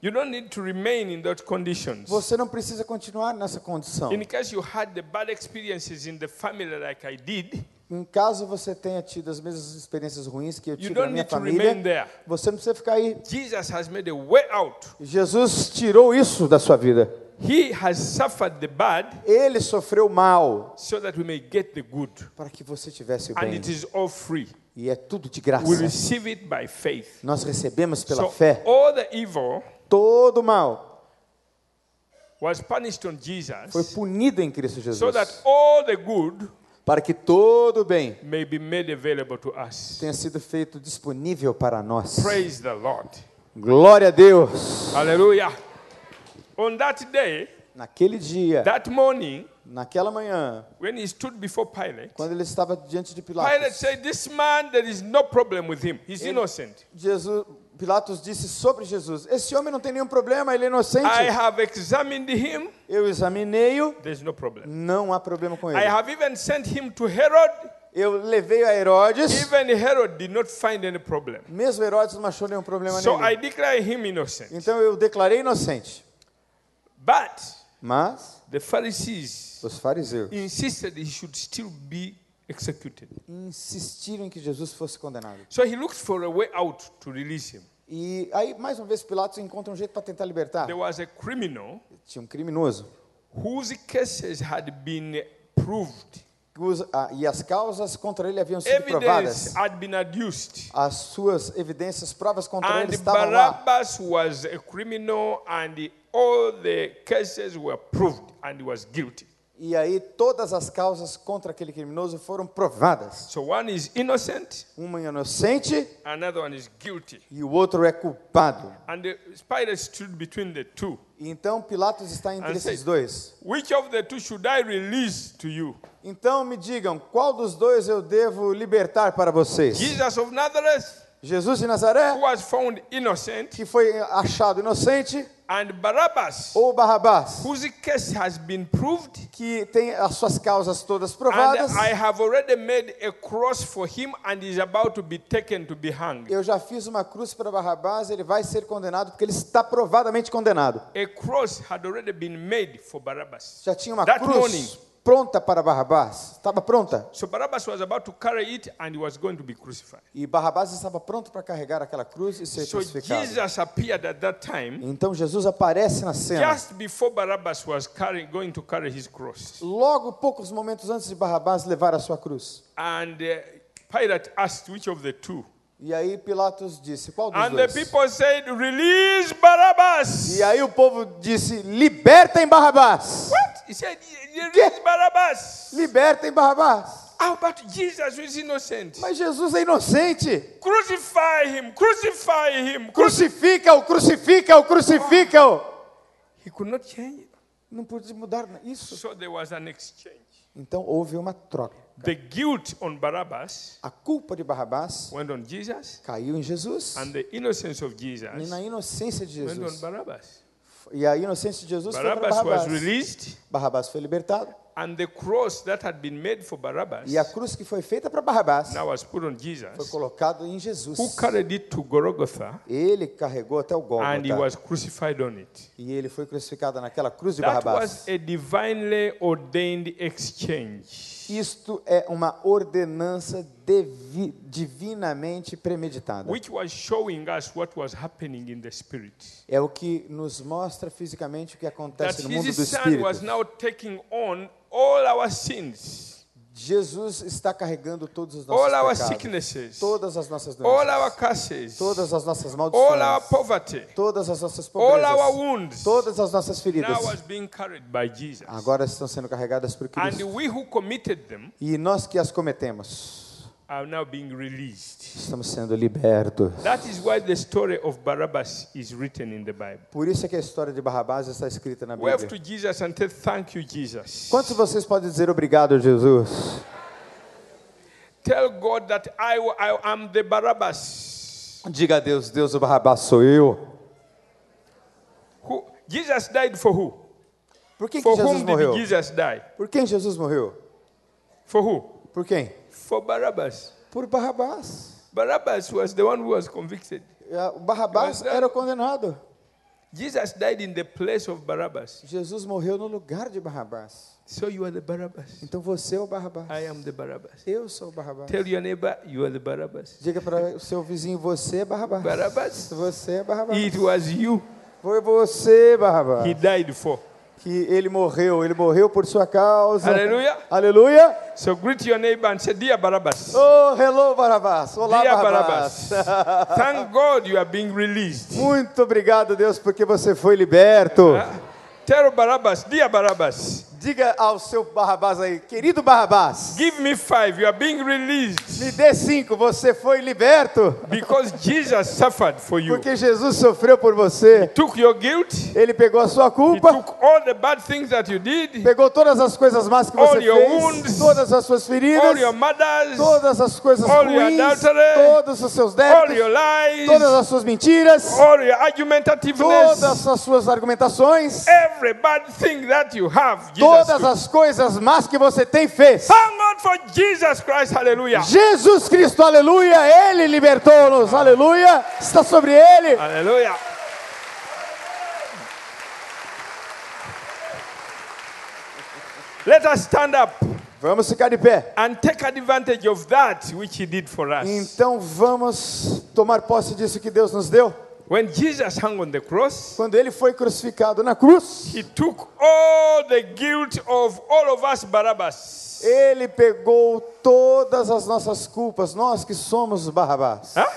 S1: You don't need to remain in those conditions.
S2: Você não precisa continuar nessa condição.
S1: In case you had the bad experiences in the family like I did,
S2: Em caso você tenha tido as mesmas experiências ruins que eu
S1: you
S2: tive na
S1: don't
S2: minha
S1: need to remain
S2: família,
S1: there.
S2: você não precisa ficar aí.
S1: Jesus has made a way out.
S2: Jesus tirou isso da sua vida.
S1: He has suffered the bad
S2: Ele sofreu mal
S1: so that we may get the good.
S2: para que você tivesse o
S1: And
S2: bem.
S1: it is all free.
S2: E é tudo de graça.
S1: We receive it by faith.
S2: Nós recebemos pela
S1: So
S2: fé
S1: all the evil
S2: todo o mal.
S1: was punished on
S2: Foi
S1: Jesus
S2: punido em Cristo Jesus.
S1: so that all the good
S2: Para que todo o bem
S1: may be made available to us.
S2: tenha sido feito disponível para nós.
S1: Praise the Lord.
S2: Glória a Deus.
S1: Hallelujah. On that day,
S2: Naquele dia,
S1: that morning,
S2: naquela manhã,
S1: when he stood before Pilate,
S2: quando ele estava diante de
S1: Pilate
S2: Pilatos,
S1: said, This man, there is no problem with him. He's innocent.
S2: Jesus, Pilatos disse sobre Jesus: Esse homem não tem nenhum problema, ele é
S1: I
S2: inocente.
S1: have examined him.
S2: Eu examinei-o,
S1: There's no problem.
S2: não há problema com
S1: I
S2: ele.
S1: have even sent him to Herod.
S2: Eu levei a Herodes,
S1: Even Herod did not find any problem.
S2: mesmo Herodes não achou nenhum problema
S1: So I
S2: nele.
S1: declare him innocent.
S2: Então eu o declarei inocente.
S1: But
S2: Mas
S1: the Pharisees
S2: os fariseus
S1: insisted he should still be executed.
S2: insistiram em que Jesus fosse condenado.
S1: So he looked for a way out to release him.
S2: E aí, mais uma vez, Pilatos encontra um jeito para tentar libertar.
S1: There was a criminal
S2: Tinha um criminoso.
S1: whose cases had been proved,
S2: Os- ah, E as causas contra ele haviam sido provadas.
S1: evidence had been adduced.
S2: As suas evidências, provas contra ele
S1: And
S2: estavam lá.
S1: Barabbas was a criminal, and all the cases were proved, and he was guilty.
S2: E aí todas as causas contra aquele criminoso foram provadas.
S1: So one is innocent,
S2: Uma é inocente
S1: another one is guilty.
S2: e o outro é culpado.
S1: And the spider stood between the two.
S2: E Então Pilatos está entre
S1: And
S2: esses
S1: say-
S2: dois.
S1: Which of the two should I release to you?
S2: Então me digam, qual dos dois eu devo libertar para vocês?
S1: Jesus of Nazareth,
S2: Jesus de
S1: who
S2: Nazaré,
S1: was found innocent,
S2: que foi achado inocente,
S1: and Barabbas,
S2: ou Barrabás,
S1: whose case has been proved.
S2: que tem as suas causas todas
S1: And
S2: provadas.
S1: I have already made a cross for him and is about to be taken to be hanged.
S2: Eu já fiz uma cruz para Barrabás, ele vai ser condenado porque ele está provadamente condenado.
S1: A cross had already been made for Barabbas.
S2: Já tinha uma
S1: That
S2: cruz
S1: morning.
S2: pronta para Barrabás, estava pronta.
S1: So Barabbas was about to carry it and he was going to be crucified.
S2: E Barrabás estava pronto para carregar aquela cruz e ser
S1: So
S2: crucificado.
S1: Jesus appeared at that time
S2: Então Jesus aparece na cena.
S1: just before Barabbas was carrying, going to carry his cross.
S2: Logo poucos momentos antes de Barrabás levar a sua cruz.
S1: And uh, Pilate asked which of the two.
S2: E aí Pilatos disse: "Qual dos
S1: And the
S2: dois?"
S1: people said, Release Barabbas.
S2: E aí o povo disse: "Libertem Barrabás."
S1: What? He said, Release Barabbas. Barnabas.
S2: Libertem Barrabás.
S1: Ah, but Jesus was innocent.
S2: Mas Jesus é inocente.
S1: Crucify him, crucify him. Cru-
S2: Crucifica-o, crucifica-o, crucifica-o.
S1: He could not change it.
S2: Não pude mudar isso.
S1: So there was an exchange.
S2: Então houve uma troca.
S1: The guilt on Barabbas
S2: A culpa de Barrabás
S1: went on Jesus,
S2: caiu em Jesus
S1: and the innocence of
S2: e
S1: Jesus
S2: na inocência de
S1: went on
S2: Jesus.
S1: Barabbas.
S2: E a inocência de Jesus foi para
S1: Barabbas was
S2: Barrabás.
S1: released,
S2: Barrabás foi libertado.
S1: and the cross that had been made for Barabbas
S2: E a cruz que foi feita para Barrabás
S1: now was put on
S2: foi
S1: Jesus,
S2: colocada em Jesus.
S1: who carried it to Golgotha,
S2: Ele carregou até o
S1: and he
S2: Gólgota.
S1: was crucified on it.
S2: E ele foi crucificado naquela cruz de
S1: That
S2: Barrabás.
S1: was a divinely ordained exchange.
S2: Isto é uma ordenança devi- divinamente premeditada.
S1: which was showing us what was happening in the spirit.
S2: É o que nos mostra fisicamente o que
S1: That
S2: acontece no mundo
S1: his
S2: do
S1: son was
S2: espírito.
S1: now taking on all our sins,
S2: Jesus está carregando todos os
S1: all our
S2: nossos pecados,
S1: sicknesses, all
S2: todas as nossas
S1: our
S2: doenças,
S1: curses,
S2: todas as nossas
S1: all our
S2: maldições,
S1: poverty,
S2: todas as nossas
S1: all our
S2: pobrezas,
S1: wounds.
S2: todas as nossas feridas.
S1: Now was being carried by Jesus.
S2: Agora estão sendo carregadas por Cristo.
S1: And we who committed them
S2: E nós que as cometemos,
S1: are now being released.
S2: estamos sendo libertos.
S1: That is why the story of Barabbas is written in the Bible.
S2: Por isso é que a história de Barrabás está escrita na
S1: Wave
S2: Bíblia.
S1: to Jesus and say, Thank you, Jesus.
S2: Quantos de vocês podem dizer obrigado, Jesus?
S1: Tell God that I, I am the Barabbas.
S2: Diga a Deus, Deus, o Barrabás sou eu.
S1: Who, Jesus died for who?
S2: Por quem que
S1: For
S2: Jesus
S1: whom
S2: morreu?
S1: did Jesus die?
S2: Por quem Jesus morreu?
S1: For who?
S2: Por quem?
S1: For Barabbas.
S2: Por Barrabás.
S1: Barabbas was the one who was convicted.
S2: O Barrabás
S1: Mas, é-
S2: era o condenado.
S1: Jesus died in the place of Barabbas.
S2: Jesus morreu no lugar de Barrabás.
S1: So you are the Barabbas.
S2: Então você é o Barrabás.
S1: I am the Barabbas.
S2: Eu sou o Barrabás.
S1: Tell your neighbor you are the Barabbas.
S2: Diga para o seu vizinho, você é Barrabás.
S1: Barabbas.
S2: Você é Barrabás.
S1: It was you
S2: Foi você, Barrabás.
S1: he died for.
S2: que ele morreu, ele morreu por sua causa.
S1: Aleluia.
S2: Aleluia.
S1: So greet your neighbor and say, Dear Barabbas.
S2: Oh, hello Barabás. Olá
S1: Dear
S2: Barabás.
S1: Barabbas. Thank God you are being released.
S2: Muito obrigado, Deus, porque você foi liberto.
S1: Huh? Tell Barabbas, Dear Barabbas,
S2: Diga ao seu Barrabás aí, querido Barrabás,
S1: give me five. You are being released.
S2: me dê cinco, você foi liberto,
S1: Because Jesus suffered for you.
S2: porque Jesus sofreu por você.
S1: took your guilt. He
S2: Ele pegou a sua culpa,
S1: took all the bad things that you did,
S2: pegou todas as coisas más que
S1: All
S2: você
S1: your
S2: fez,
S1: wounds,
S2: todas as suas
S1: all
S2: feridas,
S1: your murders,
S2: todas as coisas
S1: all your
S2: ruins,
S1: adultery,
S2: todos os seus
S1: all
S2: débitos,
S1: your lies,
S2: todas as suas mentiras.
S1: all your argumentativeness,
S2: todas as suas argumentações,
S1: every bad thing that you have. É Jesus
S2: todas
S1: took.
S2: as coisas más que você tem fez.
S1: Thank God for Jesus Christ. Hallelujah.
S2: Jesus Cristo, aleluia, Ele libertou-nos, aleluia, está sobre Ele.
S1: Hallelujah. Let us stand up
S2: Vamos ficar de pé.
S1: and take advantage of that which He did for us.
S2: Então vamos tomar posse disso que Deus nos deu.
S1: When Jesus hung on the cross,
S2: Quando Ele foi crucificado na cruz,
S1: He took all the guilt of all of us, Barabbas.
S2: Ele pegou todas as nossas culpas, nós que somos Barrabás.
S1: Huh?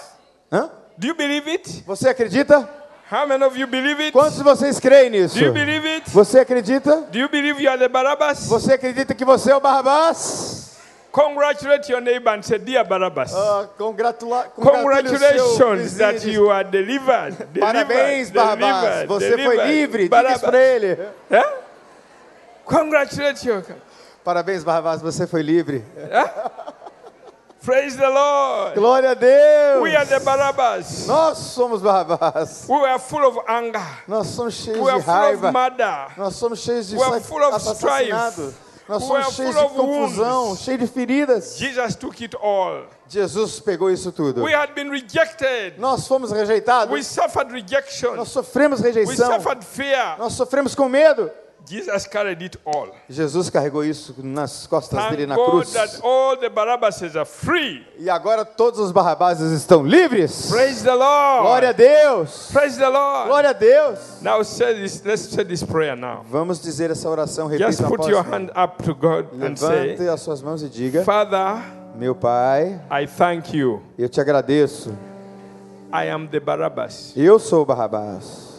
S2: Hã?
S1: Do you believe it?
S2: Você acredita?
S1: How many of you believe it?
S2: Quantos de vocês creem nisso?
S1: Do you believe it?
S2: Você acredita?
S1: Do you believe you are the Barabbas?
S2: Você acredita que você é o Barrabás?
S1: Congratulate your neighbor and say, Dear Barabbas,
S2: Ah, congratula congratule o seu
S1: congratulations
S2: vizinho.
S1: that
S2: diz,
S1: you are delivered. delivered
S2: Parabéns, Barrabás.
S1: delivered,
S2: Você foi
S1: delivered,
S2: livre. Diga
S1: Barabbas.
S2: isso pra ele.
S1: Huh? Congratulate your.
S2: Parabéns, Barrabás. Você foi livre.
S1: Praise the Lord.
S2: Glória a Deus.
S1: We are the Barabbas.
S2: Nós somos Barrabás.
S1: We are full of anger.
S2: Nós somos cheios
S1: We
S2: de
S1: are full
S2: raiva.
S1: of murder.
S2: Nós somos cheios de
S1: We are
S2: sa-
S1: full of
S2: assassinato.
S1: strife.
S2: Nós
S1: We
S2: somos
S1: are
S2: cheios
S1: full
S2: de
S1: of
S2: confusão,
S1: wounds.
S2: cheios de feridas.
S1: Jesus took it all.
S2: Jesus pegou isso tudo.
S1: We had been rejected.
S2: Nós fomos
S1: We
S2: rejeitados.
S1: suffered rejection.
S2: Nós sofremos
S1: We
S2: rejeição.
S1: suffered fear.
S2: Nós sofremos com medo.
S1: Jesus carried it all.
S2: Jesus carregou isso nas costas dele
S1: Thank
S2: na
S1: God
S2: cruz.
S1: that all the Barabbases are free.
S2: E agora todos os barrabases estão livres.
S1: Praise the Lord.
S2: Glória a Deus.
S1: Praise the Lord.
S2: Glória a Deus.
S1: Now say this. Let's say this prayer now.
S2: Vamos dizer essa oração.
S1: Just
S2: Repita
S1: put
S2: após
S1: your
S2: mim.
S1: hand up to God and
S2: Levante
S1: say,
S2: as suas mãos e diga:
S1: Father,
S2: Meu Pai,
S1: I thank you.
S2: eu te agradeço.
S1: I am the Barabbas.
S2: Eu sou o Barrabás.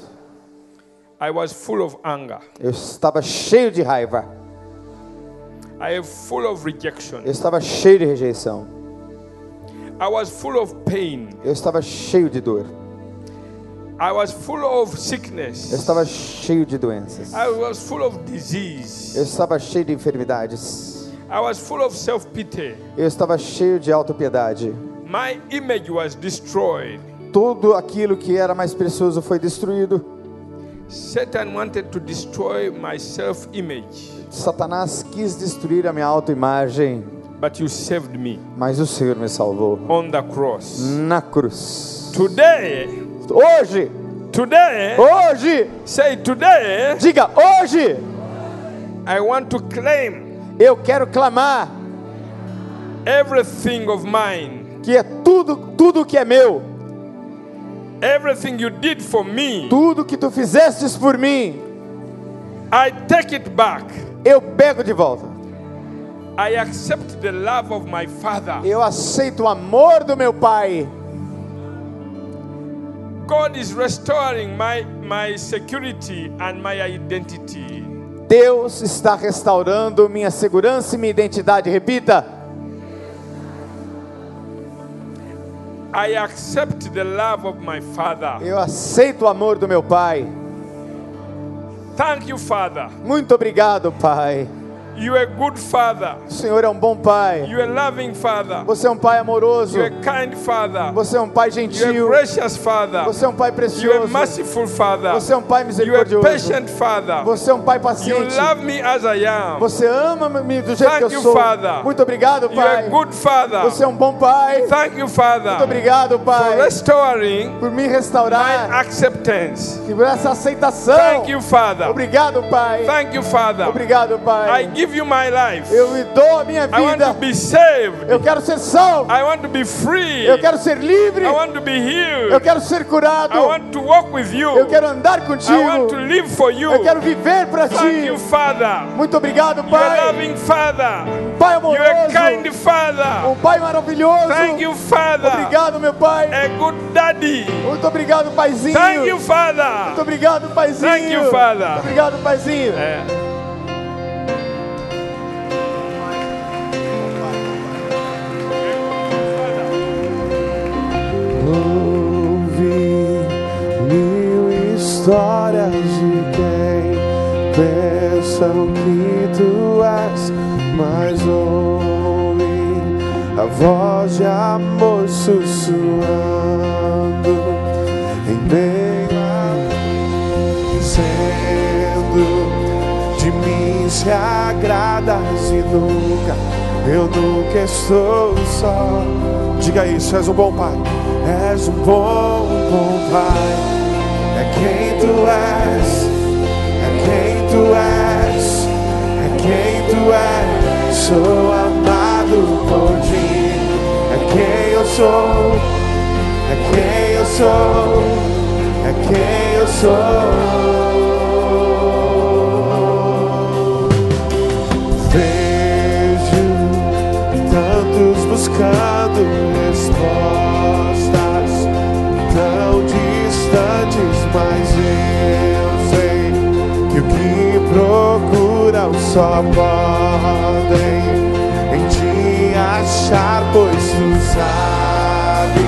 S1: I was full of anger.
S2: Eu estava cheio de raiva.
S1: I I am full of rejection.
S2: Eu estava cheio de rejeição.
S1: I was full of pain.
S2: Eu estava cheio de dor.
S1: I was full of
S2: Eu
S1: sickness.
S2: estava cheio de doenças.
S1: I was full of
S2: Eu
S1: disease.
S2: estava cheio de enfermidades.
S1: I was full of self pity.
S2: Eu estava cheio de autopiedade.
S1: My image was destroyed.
S2: Tudo aquilo que era mais precioso foi destruído.
S1: Satan wanted to destroy my self image,
S2: Satanás quis destruir a minha autoimagem,
S1: but you saved me
S2: mas o Senhor me salvou
S1: on the cross.
S2: na cruz.
S1: Today,
S2: Hoje,
S1: today,
S2: hoje,
S1: say today,
S2: diga hoje,
S1: I want to claim
S2: eu quero clamar
S1: everything of mine,
S2: que é tudo, tudo que é meu,
S1: everything you did for me.
S2: tudo que tu fizestes por mim,
S1: I take it back.
S2: eu pego de volta.
S1: I accept the love of my father.
S2: Eu aceito o amor do meu Pai.
S1: God is restoring my, my security and my identity.
S2: Deus está restaurando minha segurança e minha identidade. Repita:
S1: I accept the love of my father.
S2: Eu aceito o amor do meu Pai.
S1: Thank you, Father.
S2: Muito obrigado, Pai.
S1: You are a good father.
S2: O Senhor é um bom Pai.
S1: You are a loving father.
S2: Você é um Pai amoroso.
S1: You are a kind father.
S2: Você é um Pai
S1: You are a
S2: gentil.
S1: gracious father.
S2: Você é um Pai
S1: You are a
S2: precioso.
S1: merciful
S2: Você é
S1: father.
S2: um Pai
S1: You are a
S2: misericordioso.
S1: patient father.
S2: Você é um Pai
S1: You
S2: paciente.
S1: love me as I am.
S2: Você ama-me do jeito
S1: Thank
S2: que eu
S1: you,
S2: sou.
S1: Father.
S2: Muito obrigado,
S1: You are a
S2: Pai.
S1: good
S2: Você é
S1: father.
S2: um bom Pai. Muito
S1: Thank you, Father,
S2: obrigado,
S1: for
S2: Pai,
S1: restoring
S2: por me
S1: my
S2: restaurar.
S1: acceptance.
S2: Por essa aceitação.
S1: Thank you, Father.
S2: Obrigado, Pai.
S1: Thank you, Father.
S2: Obrigado,
S1: I
S2: Pai.
S1: give you my life.
S2: Eu lhe dou a minha
S1: I want to
S2: vida.
S1: be saved.
S2: Eu quero ser salvo.
S1: I want to be free.
S2: Eu quero ser livre.
S1: I want to be
S2: Eu
S1: healed.
S2: quero ser curado.
S1: I want to walk with you.
S2: Eu quero andar
S1: I want to
S2: contigo.
S1: live for you.
S2: Eu quero viver para
S1: Thank
S2: ti.
S1: you, Father.
S2: Muito obrigado,
S1: You're a
S2: Pai.
S1: loving Father.
S2: Pai
S1: You're a kind
S2: amoroso.
S1: Father.
S2: Um Pai maravilhoso.
S1: Thank you, Father.
S2: Obrigado, meu Pai.
S1: A good daddy.
S2: Muito obrigado, Paizinho.
S1: Thank you,
S2: Muito
S1: Father.
S2: obrigado, Paizinho.
S1: Thank you, Father.
S2: Muito Obrigado, Paizinho.
S1: É.
S3: Ouvi mil histórias de quem pensam que tu és, mas ouve a voz de amor sussurrando em meio a dizendo de mim se agradas e nunca eu nunca estou só. Diga isso, és um bom pai, és um bom, bom pai. É quem tu és, é quem tu és, é quem tu és. Sou amado por ti, é quem eu sou, é quem eu sou, é quem eu sou. Vejo tantos buscando respostas tão distantes, mas eu sei que o que procuram só podem em ti achar, pois tu sabes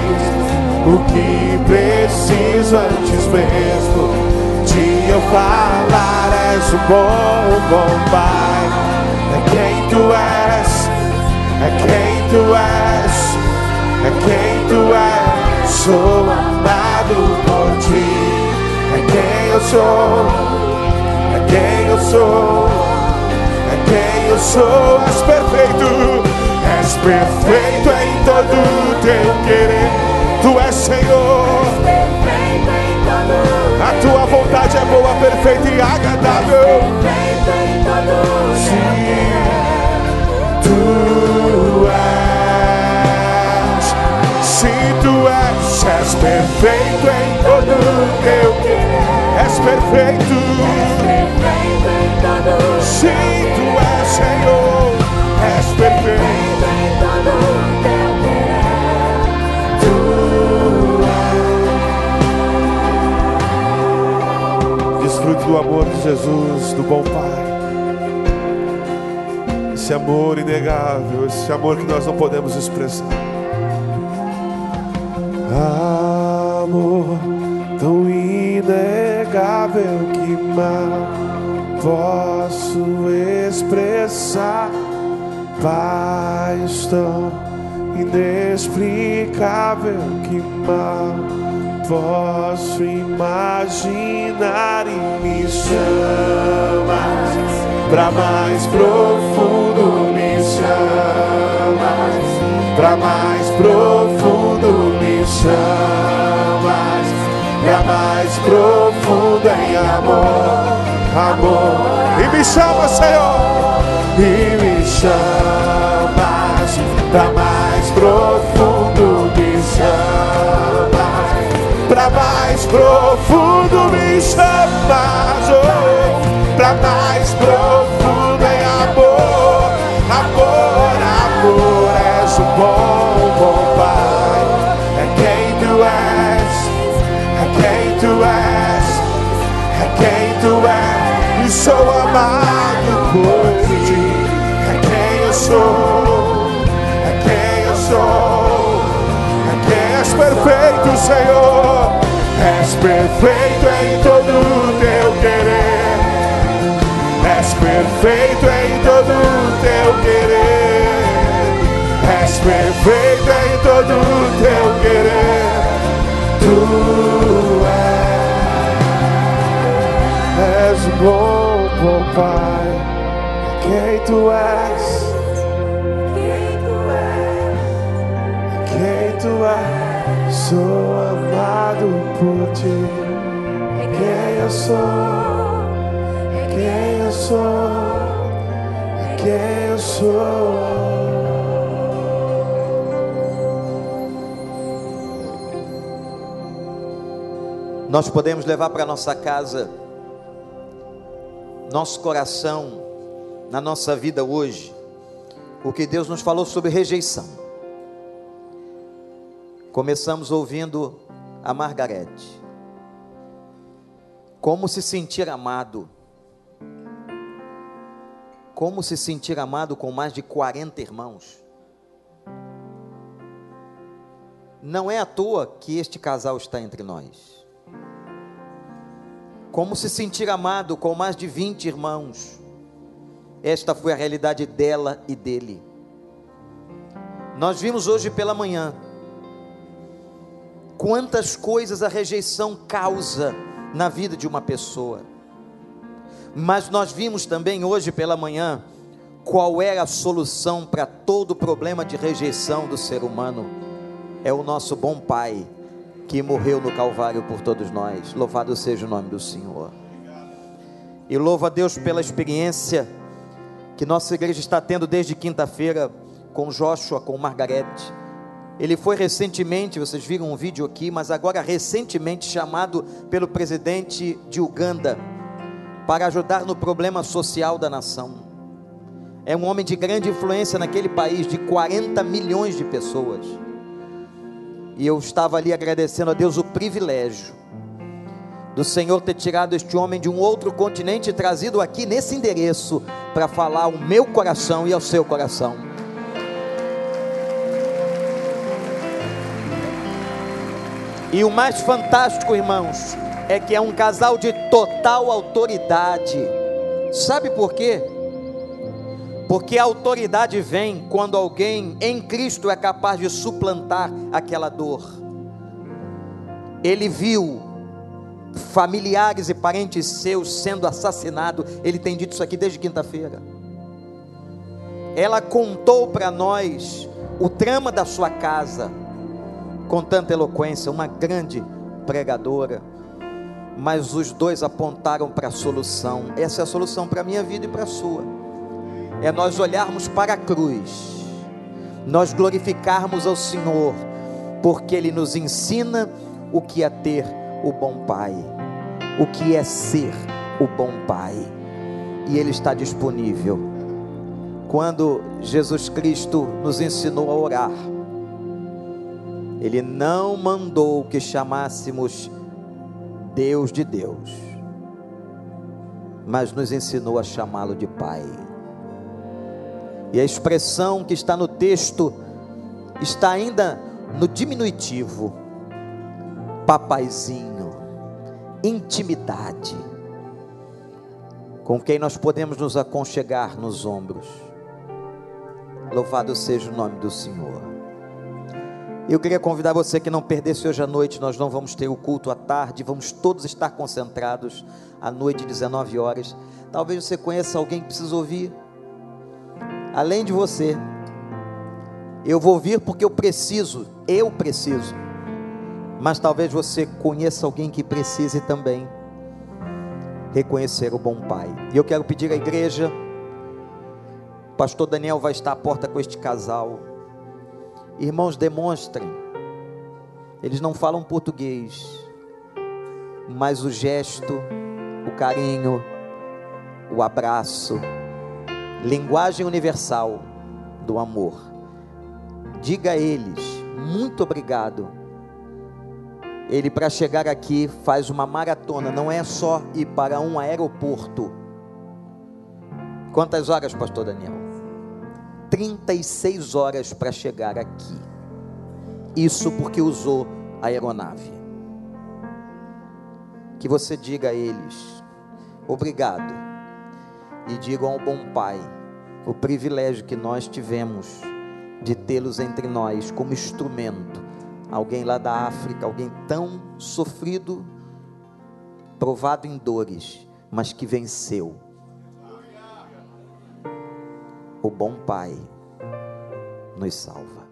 S3: o que preciso antes mesmo de eu falar és o bom, bom pai. É quem tu és, é quem tu és, é quem tu és. Sou amado por ti, é quem eu sou, é quem eu sou, é quem eu sou. És perfeito, és perfeito em todo teu querer. Tu és Senhor.
S4: Perfeito em todo,
S3: A tua vontade é boa, perfeita e agradável.
S4: perfeito em todo.
S3: Se tu és, se tu és, és perfeito em todo teu querer. És perfeito.
S4: Perfeito em todo,
S3: Se tu és, Senhor, és perfeito.
S4: perfeito em todo teu querer.
S3: Desfrute do amor de Jesus, do bom Pai. Esse amor inegável, esse amor que nós não podemos expressar. Amor tão inegável que mal posso expressar. Paz tão inexplicável que mal posso imaginar e me chamas pra mais profundo me chamas pra mais profundo me chamas pra é mais profundo em amor amor e me chama Senhor e me chamas pra mais profundo me chamas pra mais profundo me chamas oh, pra mais profundo em amor amor amor és o bom bom pai é quem tu és é quem tu és é quem tu és e sou amado por ti. É quem eu sou, é quem eu sou, é quem és perfeito, Senhor. És perfeito em todo o teu querer. És perfeito em todo o teu querer. És perfeito em todo o teu querer. Tu és. És o bom, bom Pai, é quem tu és, é quem tu és, sou amado por ti, é quem eu sou, é quem eu sou, é quem eu sou.
S5: Nós podemos levar para nossa casa, nosso coração, na nossa vida hoje, o que Deus nos falou sobre rejeição. Começamos ouvindo a Margarete. Como se sentir amado? Como se sentir amado com mais de 40 irmãos? Não é à toa que este casal está entre nós. Como se sentir amado com mais de 20 irmãos. Esta foi a realidade dela e dele. Nós vimos hoje pela manhã quantas coisas a rejeição causa na vida de uma pessoa. Mas nós vimos também hoje pela manhã qual é a solução para todo o problema de rejeição do ser humano. É o nosso bom Pai que morreu no Calvário por todos nós. Louvado seja o nome do Senhor. E louvo a Deus pela experiência que nossa igreja está tendo desde quinta-feira com Joshua, com Margarete. Ele foi recentemente, vocês viram um vídeo aqui, mas agora recentemente chamado pelo presidente de Uganda para ajudar no problema social da nação. É um homem de grande influência naquele país, de 40 milhões de pessoas. E eu estava ali agradecendo a Deus o privilégio do Senhor ter tirado este homem de um outro continente e trazido aqui nesse endereço para falar ao meu coração e ao seu coração. E o mais fantástico, irmãos, é que é um casal de total autoridade. Sabe por quê? Porque a autoridade vem quando alguém em Cristo é capaz de suplantar aquela dor. Ele viu familiares e parentes seus sendo assassinados. Ele tem dito isso aqui desde quinta-feira. Ela contou para nós o trama da sua casa com tanta eloquência, uma grande pregadora. Mas os dois apontaram para a solução. Essa é a solução para a minha vida e para a sua é nós olharmos para a cruz, nós glorificarmos ao Senhor, porque Ele nos ensina o que é ter o bom Pai, o que é ser o bom Pai, e Ele está disponível. Quando Jesus Cristo nos ensinou a orar, Ele não mandou que chamássemos Deus de Deus, mas nos ensinou a chamá-lo de Pai. E a expressão que está no texto está ainda no diminutivo. Papaizinho, intimidade, com quem nós podemos nos aconchegar nos ombros. Louvado seja o nome do Senhor. Eu queria convidar você que não perdesse hoje à noite, nós não vamos ter o culto à tarde, vamos todos estar concentrados à noite, 19 horas. Talvez você conheça alguém que precisa ouvir. Além de você, eu vou ouvir porque eu preciso, eu preciso. Mas talvez você conheça alguém que precise também reconhecer o bom pai. E eu quero pedir à igreja, o pastor Daniel vai estar à porta com este casal. Irmãos, demonstrem. Eles não falam português, mas o gesto, o carinho, o abraço, linguagem universal do amor. Diga a eles, muito obrigado. Ele, para chegar aqui, faz uma maratona, não é só ir para um aeroporto. Quantas horas, Pastor Daniel? 36 horas para chegar aqui. Isso porque usou a aeronave. Que você diga a eles: obrigado. E digam ao bom Pai o privilégio que nós tivemos de tê-los entre nós como instrumento. Alguém lá da África, alguém tão sofrido, provado em dores, mas que venceu o bom Pai nos salva.